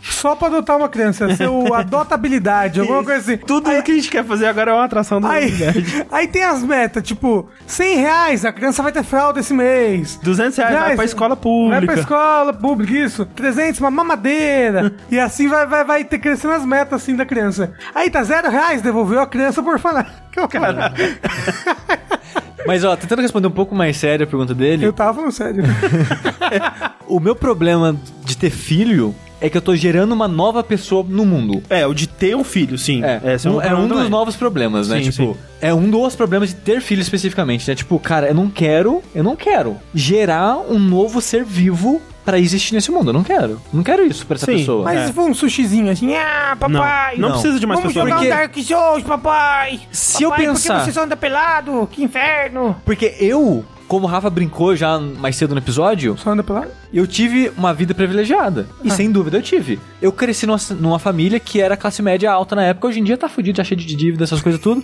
Speaker 3: só pra adotar uma criança. Ia ser o adotabilidade, alguma coisa assim.
Speaker 1: Tudo o que a gente quer fazer agora é uma atração do
Speaker 3: Aí, aí tem as metas, tipo, 100 reais, a criança vai ter fralda esse mês.
Speaker 1: 200 reais vai
Speaker 3: Reais,
Speaker 1: pra escola
Speaker 3: Vai
Speaker 1: pública.
Speaker 3: pra escola pública, isso. 300, uma mamadeira. e assim vai, vai, vai ter crescendo as metas, assim, da criança. Aí tá zero reais, devolveu a criança por falar. Que eu cara.
Speaker 2: Mas ó, tentando responder um pouco mais sério a pergunta dele.
Speaker 3: Eu tava falando sério.
Speaker 2: O meu problema de ter filho é que eu tô gerando uma nova pessoa no mundo.
Speaker 1: É, o de ter um filho, sim.
Speaker 2: É,
Speaker 1: Esse
Speaker 2: um, é
Speaker 1: problema
Speaker 2: um dos
Speaker 1: também.
Speaker 2: novos problemas, né?
Speaker 1: Sim,
Speaker 2: tipo,
Speaker 1: sim.
Speaker 2: é um dos problemas de ter filho especificamente, né? Tipo, cara, eu não quero, eu não quero gerar um novo ser vivo pra existir nesse mundo. Eu não quero. Não quero isso pra essa
Speaker 1: Sim,
Speaker 2: pessoa.
Speaker 3: Mas
Speaker 1: É.
Speaker 3: se for um sushizinho assim, ah,
Speaker 1: Não,
Speaker 3: papai,
Speaker 1: não,
Speaker 2: Não.
Speaker 1: precisa de mais
Speaker 3: vamos
Speaker 1: pessoas.
Speaker 3: jogar
Speaker 2: Porque-
Speaker 3: um Dark Souls, papai.
Speaker 2: Se eu
Speaker 3: papai, por
Speaker 2: pensar-
Speaker 3: que você só anda pelado? Que inferno.
Speaker 2: Porque eu, como o Rafa brincou já mais cedo no episódio,
Speaker 3: Só anda pelado?
Speaker 2: Eu tive uma vida privilegiada.
Speaker 1: Ah.
Speaker 2: E sem dúvida eu tive. Eu cresci numa, numa família que era classe média alta na época. Hoje em dia tá fudido, já cheio de dívida, essas coisas tudo.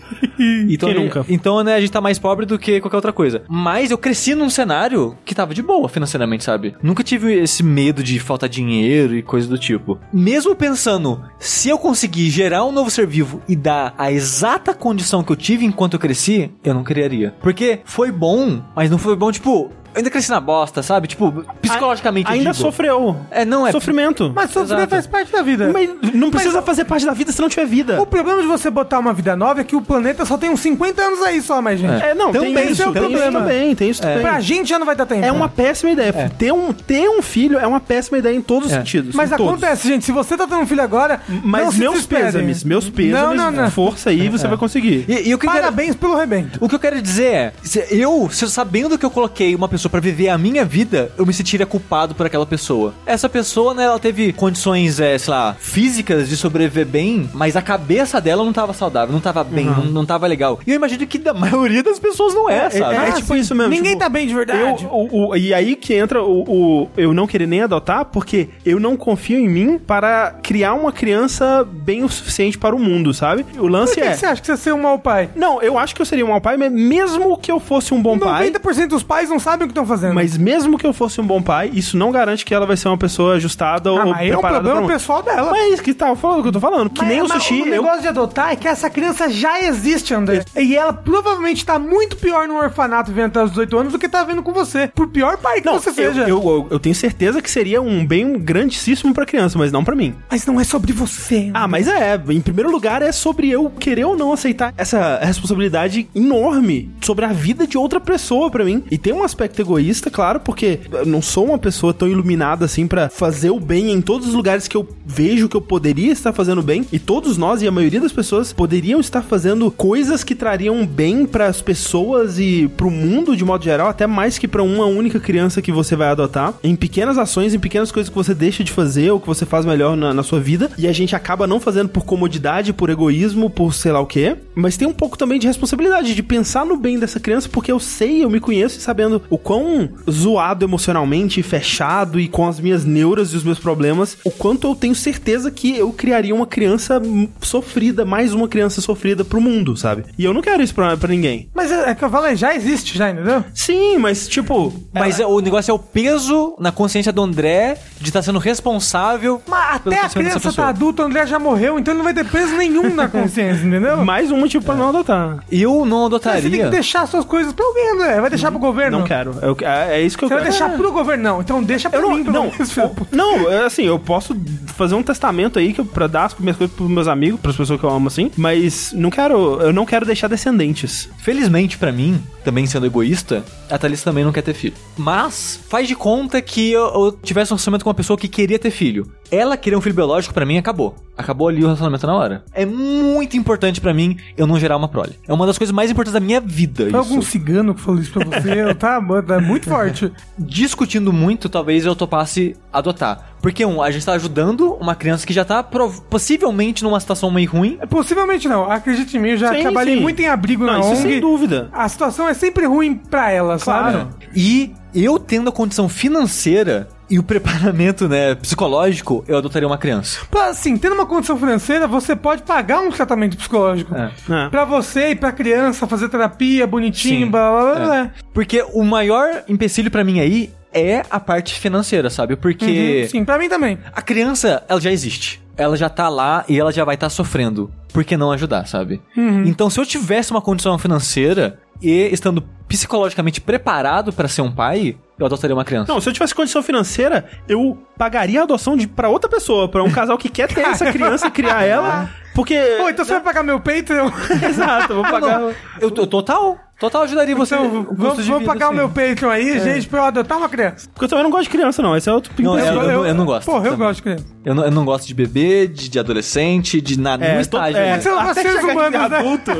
Speaker 2: Então,
Speaker 1: Quem
Speaker 2: né,
Speaker 1: nunca?
Speaker 2: Então, né, a gente tá mais pobre do que qualquer outra coisa. Mas eu cresci num cenário que tava de boa financeiramente, sabe? Nunca tive esse medo de faltar dinheiro e coisa do tipo. Mesmo pensando, se eu conseguir gerar um novo ser vivo e dar a exata condição que eu tive enquanto eu cresci, eu não criaria. Porque foi bom, mas não foi bom, tipo. Eu ainda cresci na bosta, sabe? Tipo, psicologicamente. eu
Speaker 1: Ainda
Speaker 2: digo.
Speaker 1: sofreu.
Speaker 2: É, não é.
Speaker 1: Sofrimento.
Speaker 3: Mas sofrer
Speaker 2: Exato.
Speaker 3: faz parte da vida.
Speaker 1: Mas não precisa fazer parte da vida se não tiver vida.
Speaker 3: O problema de você botar uma vida nova é que o planeta só tem uns 50 anos aí só, mas gente.
Speaker 1: É, não,
Speaker 3: Também
Speaker 1: tem
Speaker 3: esse
Speaker 1: isso,
Speaker 3: é o
Speaker 1: tem isso
Speaker 3: problema.
Speaker 1: também, tem isso também.
Speaker 3: Pra gente já não vai dar tempo.
Speaker 1: É uma péssima ideia. Ter, um, ter um filho é uma péssima ideia em todos os
Speaker 2: É.
Speaker 1: sentidos.
Speaker 3: Mas
Speaker 1: em todos.
Speaker 3: acontece, gente, se você tá tendo um filho agora,
Speaker 1: Mas
Speaker 3: não se
Speaker 1: meus
Speaker 3: desesperem.
Speaker 1: pêsames, meus pêsames,
Speaker 3: Não, não, não.
Speaker 1: força aí, você vai conseguir.
Speaker 2: E, e eu queria.
Speaker 3: Parabéns pelo rebento.
Speaker 2: O que eu quero dizer é, se eu, se eu sabendo que eu coloquei uma pessoa pra viver a minha vida, eu me sentiria culpado por aquela pessoa. Essa pessoa, né, ela teve condições, é, sei lá, físicas de sobreviver bem, mas a cabeça dela não tava saudável, não tava bem, não, não tava legal. E eu imagino que da maioria das pessoas não é, sabe?
Speaker 1: Uhum. é tipo isso mesmo,
Speaker 3: Ninguém
Speaker 1: tipo,
Speaker 3: tá bem de verdade.
Speaker 1: Eu- o- o- e aí que entra o, o eu não querer nem adotar, porque eu não confio em mim para criar uma criança bem o suficiente para o mundo, sabe? O
Speaker 3: Por
Speaker 1: lance
Speaker 3: que,
Speaker 1: é.
Speaker 3: que você acha que você ser um mau pai?
Speaker 1: Não, eu acho que eu seria um mau pai, mas mesmo que eu fosse um bom pai.
Speaker 3: 90% dos pais não sabem o que estão fazendo.
Speaker 1: Mas mesmo que eu fosse um bom pai, isso não garante que ela vai ser uma pessoa ajustada
Speaker 3: ah,
Speaker 1: ou
Speaker 3: mas é um
Speaker 1: preparada
Speaker 3: problema
Speaker 1: pra um-
Speaker 3: pessoal dela.
Speaker 1: Mas que tal? Falando o que eu tô falando. Que
Speaker 3: Mas-
Speaker 1: nem o
Speaker 3: mas
Speaker 1: sushi.
Speaker 3: O
Speaker 1: eu-
Speaker 3: negócio de adotar é que essa criança já existe, André. E ela provavelmente tá muito pior no orfanato vendo até os 18 anos do que tá vendo com você. Por pior pai que
Speaker 1: Não,
Speaker 3: você
Speaker 1: eu-
Speaker 3: seja.
Speaker 1: Eu, eu- eu tenho certeza que seria um bem grandíssimo pra criança, mas não pra mim.
Speaker 3: Mas não é sobre você.
Speaker 1: Ah, mas é, em primeiro lugar é sobre eu querer ou não aceitar essa responsabilidade enorme sobre a vida de outra pessoa pra mim. E tem um aspecto egoísta, claro, porque eu não sou uma pessoa tão iluminada assim pra fazer o bem em todos os lugares que eu vejo que eu poderia estar fazendo bem. E todos nós e a maioria das pessoas poderiam estar fazendo coisas que trariam bem pras pessoas e pro mundo de modo geral, até mais que pra uma única criança que você vai adotar. Em pequenas ações, em pequenas coisas que você deixa de fazer ou que você faz melhor na, na sua vida. E a gente acaba não fazendo por comodidade, por egoísmo, por sei lá o quê. Mas tem um pouco também de responsabilidade, de pensar no bem dessa criança, porque eu sei, eu me conheço e sabendo o quão zoado emocionalmente, fechado e com as minhas neuras e os meus problemas, o quanto eu tenho certeza que eu criaria uma criança hum, sofrida, mais uma criança sofrida pro mundo, sabe? E eu não quero isso pra, pra ninguém.
Speaker 3: Mas é, é que eu falo, é, já existe, já, entendeu?
Speaker 1: Sim, mas tipo.
Speaker 2: Mas é- o negócio é o peso na consciência do André de estar sendo responsável.
Speaker 3: Mas
Speaker 2: pelo
Speaker 3: até a
Speaker 2: crescimento dessa
Speaker 3: criança tá
Speaker 2: pessoa.
Speaker 3: adulta, o André já morreu, então ele não vai ter peso nenhum na consciência, entendeu?
Speaker 1: Mais um motivo pra não adotar.
Speaker 2: Eu não
Speaker 3: Mas Você tem que
Speaker 2: adotaria.
Speaker 3: deixar suas coisas pra alguém, André. Vai deixar pro governo?
Speaker 1: Não quero. Eu- é, é isso que eu
Speaker 3: Você vai
Speaker 1: quero.
Speaker 3: deixar pro governo? Não, então deixa pra
Speaker 1: Eu não,
Speaker 3: mim, pelo
Speaker 1: não,
Speaker 3: menos, filho da
Speaker 1: eu- não, é assim, eu posso fazer um testamento aí que eu, pra dar as minhas coisas pros meus amigos, pras pessoas que eu amo assim, mas não quero, eu não quero deixar descendentes.
Speaker 2: Felizmente pra mim, também sendo egoísta, a Thalissa também não quer ter filho. Mas faz de conta que eu, eu tivesse um relacionamento com uma pessoa que queria ter filho. Ela queria um filho biológico pra mim acabou. Acabou ali o relacionamento na hora. É muito importante pra mim eu não gerar uma prole. É uma das coisas mais importantes da minha vida.
Speaker 3: Foi
Speaker 2: isso.
Speaker 3: algum cigano que falou isso pra você, tá? Mano, é muito forte.
Speaker 2: discutindo muito, talvez eu topasse adotar. Porque, um, a gente tá ajudando uma criança que já tá prov- possivelmente numa situação meio ruim.
Speaker 3: É, Possivelmente não. Acredite em mim, eu já
Speaker 1: Sim,
Speaker 3: trabalhei
Speaker 1: sim.
Speaker 3: muito em abrigo
Speaker 1: Não,
Speaker 3: na
Speaker 1: isso
Speaker 3: ONG.
Speaker 1: sem dúvida.
Speaker 3: A situação é sempre ruim pra ela,
Speaker 1: Claro.
Speaker 3: sabe?
Speaker 2: né? E eu tendo a condição financeira e o preparamento, né, psicológico, eu adotaria uma criança.
Speaker 3: Pô, Assim, tendo uma condição financeira, você pode pagar um tratamento psicológico.
Speaker 2: É.
Speaker 1: É.
Speaker 3: Pra você e pra criança, fazer terapia bonitinho,
Speaker 2: Sim. É.
Speaker 3: blá blá blá. blá.
Speaker 2: Porque o maior empecilho pra mim aí é a parte financeira, sabe? Porque
Speaker 3: Uhum, Sim, pra mim também.
Speaker 2: a criança, ela já existe. Ela já tá lá e ela já vai estar sofrendo. Por que não ajudar, sabe?
Speaker 3: Uhum.
Speaker 2: Então, se eu tivesse uma condição financeira e estando psicologicamente preparado pra ser um pai, eu adotaria uma criança.
Speaker 1: Não, se eu tivesse condição financeira, eu pagaria a adoção de para outra pessoa, pra um casal que quer ter essa criança e criar
Speaker 3: Ah.
Speaker 1: ela, porque
Speaker 3: Pô, então você vai pagar meu Patreon?
Speaker 1: exato,
Speaker 3: Tá
Speaker 1: vou
Speaker 2: Não,
Speaker 1: pagar.
Speaker 2: não. Eu, eu total, total ajudaria você.
Speaker 3: Então,
Speaker 2: o custo
Speaker 3: vamos,
Speaker 2: de
Speaker 3: vamos
Speaker 2: vida,
Speaker 3: pagar o
Speaker 2: assim.
Speaker 3: meu Patreon aí, gente, pra eu adotar uma criança.
Speaker 1: Porque eu também não gosto de criança não, esse é outro
Speaker 2: Não, um
Speaker 1: empecilho.
Speaker 2: eu- eu- eu não gosto
Speaker 3: Porra, eu
Speaker 2: também.
Speaker 3: gosto de criança.
Speaker 2: Eu não, eu não gosto de bebê, de, de adolescente, de nada.
Speaker 1: É,
Speaker 2: nenhum
Speaker 1: to-
Speaker 2: estágio.
Speaker 1: é,
Speaker 2: É,
Speaker 3: Você não gosta
Speaker 1: até
Speaker 3: de seres
Speaker 1: chegar em
Speaker 3: humanos, né?
Speaker 1: adulto,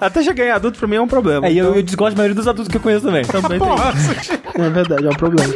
Speaker 1: até chegar em adulto pra mim é um problema.
Speaker 2: e eu, eu desgosto da maioria dos adultos que eu conheço também. Então,
Speaker 1: Também tem isso. É verdade, é um problema.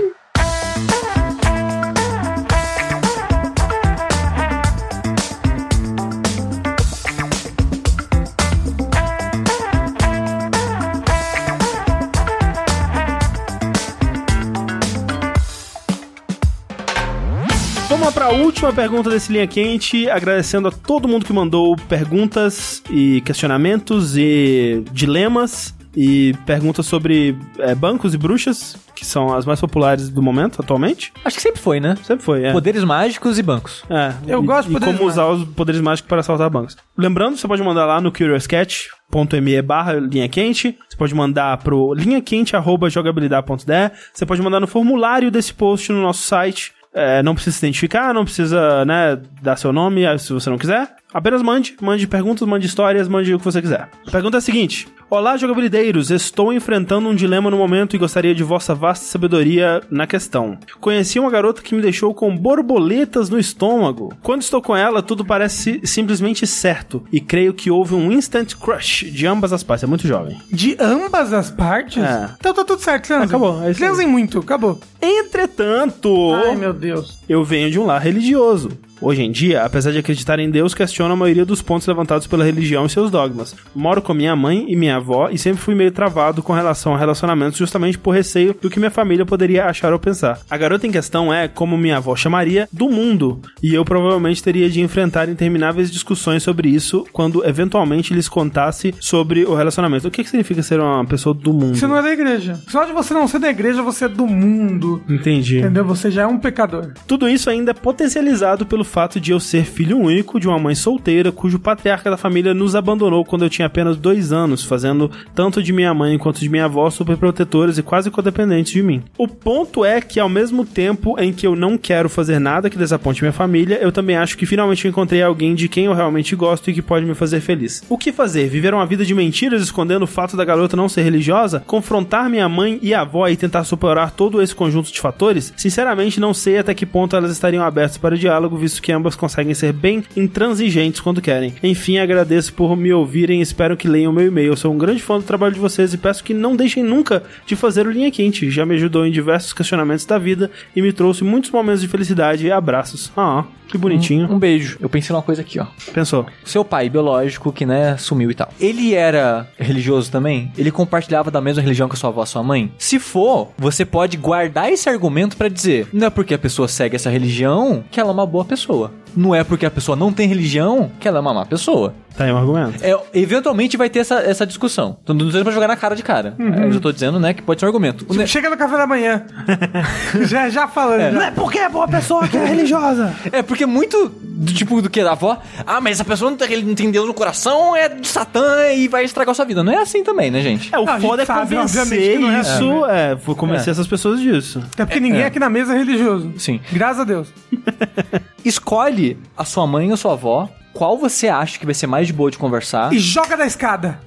Speaker 1: Vamos lá pra última pergunta desse Linha Quente, agradecendo a todo mundo que mandou perguntas e questionamentos e dilemas e perguntas sobre é, bancos e bruxas, que são as mais populares do momento, atualmente.
Speaker 2: Acho que sempre foi, né?
Speaker 1: Sempre foi, é.
Speaker 2: Poderes mágicos e bancos.
Speaker 1: É,
Speaker 3: Eu
Speaker 1: e,
Speaker 3: gosto de
Speaker 1: e
Speaker 3: poderes
Speaker 1: como usar os poderes mágicos para assaltar bancos. Lembrando, você pode mandar lá no curiouscat.me barra linha quente, você pode mandar pro linhaquente.jogabilidade.de, você pode mandar no formulário desse post no nosso site. É, não precisa se identificar, não precisa, né, dar seu nome ah, se você não quiser. Apenas mande, mande perguntas, mande histórias, mande o que você quiser. A pergunta é a seguinte: Olá, jogabilideiros, estou enfrentando um dilema no momento e gostaria de vossa vasta sabedoria na questão. Conheci uma garota que me deixou com borboletas no estômago. Quando estou com ela, tudo parece simplesmente certo e creio que houve um instant crush de ambas as partes. É muito jovem.
Speaker 3: De ambas as partes?
Speaker 1: É.
Speaker 3: Então tá tudo certo, transem.
Speaker 1: Acabou, é isso aí.
Speaker 3: transem muito, acabou.
Speaker 1: Entretanto,
Speaker 3: Ai, meu Deus.
Speaker 1: eu venho de um lar religioso. Hoje em dia, apesar de acreditar em Deus, questiono a maioria dos pontos levantados pela religião e seus dogmas. Moro com minha mãe e minha avó e sempre fui meio travado com relação a relacionamentos justamente por receio do que minha família poderia achar ou pensar. A garota em questão é, como minha avó chamaria, do mundo, e eu provavelmente teria de enfrentar intermináveis discussões sobre isso quando eventualmente lhes contasse sobre o relacionamento. O que, que significa ser uma pessoa do mundo?
Speaker 3: Você não é da igreja. Só de você não ser da igreja, você é do mundo.
Speaker 1: Entendi.
Speaker 3: Entendeu? Você já é um pecador.
Speaker 1: Tudo isso ainda é potencializado pelo fato de eu ser filho único de uma mãe solteira cujo patriarca da família nos abandonou quando eu tinha apenas dois anos, fazendo tanto de minha mãe quanto de minha avó superprotetoras e quase codependentes de mim. O ponto é que, ao mesmo tempo em que eu não quero fazer nada que desaponte minha família, eu também acho que finalmente eu encontrei alguém de quem eu realmente gosto e que pode me fazer feliz. O que fazer? Viver uma vida de mentiras escondendo o fato da garota não ser religiosa? Confrontar minha mãe e avó e tentar superar todo esse conjunto de fatores? Sinceramente, não sei até que ponto elas estariam abertas para o diálogo, visto que ambas conseguem ser bem intransigentes quando querem. Enfim, agradeço por me ouvirem e espero que leiam meu e-mail. Eu sou um grande fã do trabalho de vocês e peço que não deixem nunca de fazer o Linha Quente. Já me ajudou em diversos questionamentos da vida e me trouxe muitos momentos de felicidade e abraços. Ah, que bonitinho.
Speaker 2: Um beijo. Eu pensei numa coisa aqui, ó.
Speaker 1: Pensou?
Speaker 2: Seu pai biológico, que né, sumiu e tal. Ele era religioso também? Ele compartilhava da mesma religião que a sua avó e sua mãe? Se for, você pode guardar esse argumento pra dizer: não é porque a pessoa segue essa religião que ela é uma boa pessoa. Não é porque a pessoa não tem religião que ela é uma má pessoa.
Speaker 1: Tá aí um argumento.
Speaker 2: É, eventualmente vai ter essa, essa discussão. Então não dizendo pra jogar na cara de cara. Eu já tô dizendo, né, que pode ser um argumento. O ne-
Speaker 3: Tipo, Chega no café da manhã. já, já falando. Não é porque é boa pessoa que é religiosa.
Speaker 2: É, porque muito do tipo do que da avó. Ah, mas essa pessoa não tem, ele não tem Deus no coração, é de Satã e vai estragar sua vida. Não é assim também, né, gente?
Speaker 1: É, o
Speaker 3: Não, a
Speaker 1: foda é
Speaker 3: gente sabe,
Speaker 1: convencer
Speaker 3: obviamente, que não é,
Speaker 1: isso. É, vou convencer essas pessoas disso.
Speaker 3: Até porque ninguém aqui na mesa é religioso.
Speaker 2: Sim.
Speaker 3: Graças a Deus.
Speaker 2: Escolhe a sua mãe ou sua avó. Qual você acha que vai ser mais de boa de conversar?
Speaker 3: E joga da escada.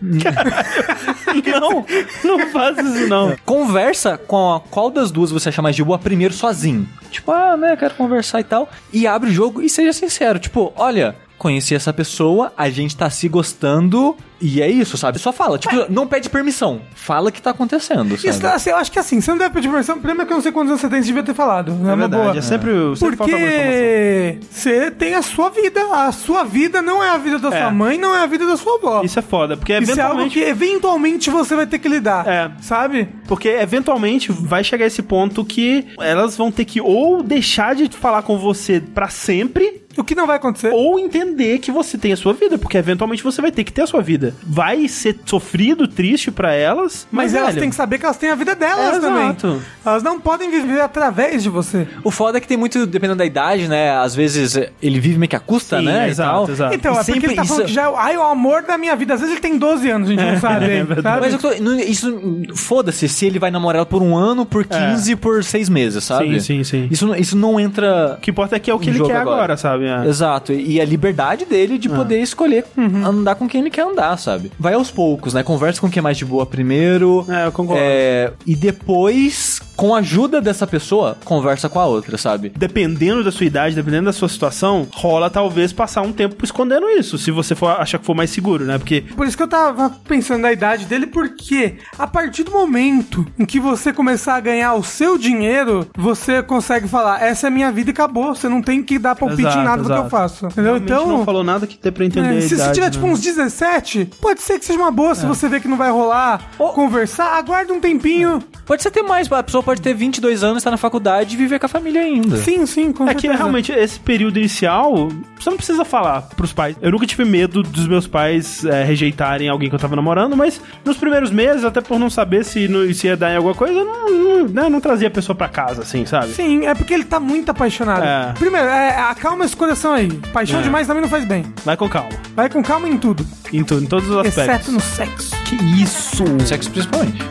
Speaker 1: Não, não faça isso não.
Speaker 2: Conversa com a qual das duas você acha mais de boa primeiro sozinho. Tipo, ah, né, quero conversar e tal. E abre o jogo e seja sincero. Tipo, olha, conheci essa pessoa, a gente tá se gostando e é isso, sabe? Só fala. Tipo, não pede permissão. Fala o que tá acontecendo, sabe?
Speaker 1: tá
Speaker 3: Isso, assim, eu acho que assim, você não deve pedir permissão. O problema é que eu não sei quantos anos você tem, você devia ter falado. Não é,
Speaker 1: É
Speaker 3: uma
Speaker 1: verdade,
Speaker 3: boa.
Speaker 1: é sempre, sempre falta alguma informação.
Speaker 3: Porque você tem a sua vida. A sua vida não é a vida da
Speaker 1: É.
Speaker 3: sua mãe, não é a vida da sua avó.
Speaker 1: Isso é foda, porque
Speaker 3: Isso é algo
Speaker 1: eventualmente,
Speaker 3: que eventualmente você vai ter que lidar.
Speaker 1: É.
Speaker 3: Sabe?
Speaker 1: porque eventualmente vai chegar esse ponto que elas vão ter que ou deixar de falar com você pra sempre,
Speaker 3: O que não vai acontecer.
Speaker 1: ou entender que você tem a sua vida, porque eventualmente você vai ter que ter a sua vida. Vai ser sofrido, triste pra elas,
Speaker 3: Mas
Speaker 1: mas,
Speaker 3: elas
Speaker 1: velho,
Speaker 3: têm que saber que elas têm a vida delas
Speaker 1: É,
Speaker 3: também.
Speaker 1: exato.
Speaker 3: Elas não podem viver através de você.
Speaker 2: O foda é que tem muito, dependendo da idade, né? Às vezes é, ele vive meio que a custa,
Speaker 1: Sim,
Speaker 2: né? e
Speaker 1: exato,
Speaker 2: tal.
Speaker 1: exato.
Speaker 3: Então,
Speaker 2: E
Speaker 3: é porque
Speaker 2: sempre
Speaker 3: ele tá falando
Speaker 2: isso-
Speaker 3: que já é o- ai, o amor da minha vida. Às vezes ele tem 12 anos, a gente não sabe.
Speaker 1: é verdade.
Speaker 3: sabe?
Speaker 2: Mas eu tô, não- isso, foda-se se ele vai namorar ela por um ano, por 15, por seis meses, sabe?
Speaker 1: É. Sim, sim, sim.
Speaker 2: Isso, não- isso não entra.
Speaker 1: O que importa é que é o que
Speaker 2: No
Speaker 1: ele
Speaker 2: jogo
Speaker 1: quer agora,
Speaker 2: agora.
Speaker 1: sabe? É.
Speaker 2: Exato, e a liberdade dele de poder escolher andar com quem ele quer andar, sabe? Vai aos poucos, né? Conversa com quem é mais de boa primeiro.
Speaker 1: É, eu concordo.
Speaker 2: É, e depois, com a ajuda dessa pessoa, conversa com a outra, sabe?
Speaker 1: dependendo da sua idade, dependendo da sua situação, rola talvez passar um tempo escondendo isso, se você for achar que for mais seguro, né? Porque
Speaker 3: Por isso que eu tava pensando na idade dele, porque a partir do momento em que você começar a ganhar o seu dinheiro, você consegue falar: essa é a minha vida e acabou. Você não tem que dar palpite
Speaker 1: Exato,
Speaker 3: em nada do que eu
Speaker 1: exato.
Speaker 3: faço. Entendeu?
Speaker 1: Realmente
Speaker 3: então.
Speaker 1: não falou nada que dê pra entender.
Speaker 3: é,
Speaker 1: a
Speaker 3: se você
Speaker 1: idade,
Speaker 3: tiver
Speaker 1: né? É.
Speaker 3: tipo uns 17, pode ser que seja uma boa se você vê que não vai rolar conversar. Aguarde um tempinho.
Speaker 2: Pode ser ter mais, a pessoa pode ter 22 anos, tá na faculdade e viver com a família ainda.
Speaker 3: Sim, sim, com
Speaker 1: É que
Speaker 3: certeza.
Speaker 1: realmente esse período inicial, você não precisa falar pros pais. Eu nunca tive medo dos meus pais é, rejeitarem alguém que eu tava namorando, mas nos primeiros meses, até por não saber se, no- se ia dar em alguma coisa, eu não, não, né, não trazia a pessoa pra casa, assim, sabe?
Speaker 3: Sim, é porque ele tá muito apaixonado.
Speaker 1: É.
Speaker 3: Primeiro, é, acalma esse coração aí. Paixão
Speaker 1: É.
Speaker 3: demais também não faz bem.
Speaker 1: Vai com calma.
Speaker 3: Vai com calma em tudo,
Speaker 1: Em, tu- em todos os aspectos.
Speaker 3: exceto no sexo.
Speaker 1: Que isso!
Speaker 2: Sexo principalmente.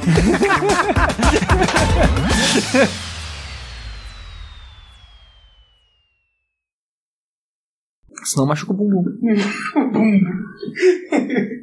Speaker 2: Senão machuca o bumbum.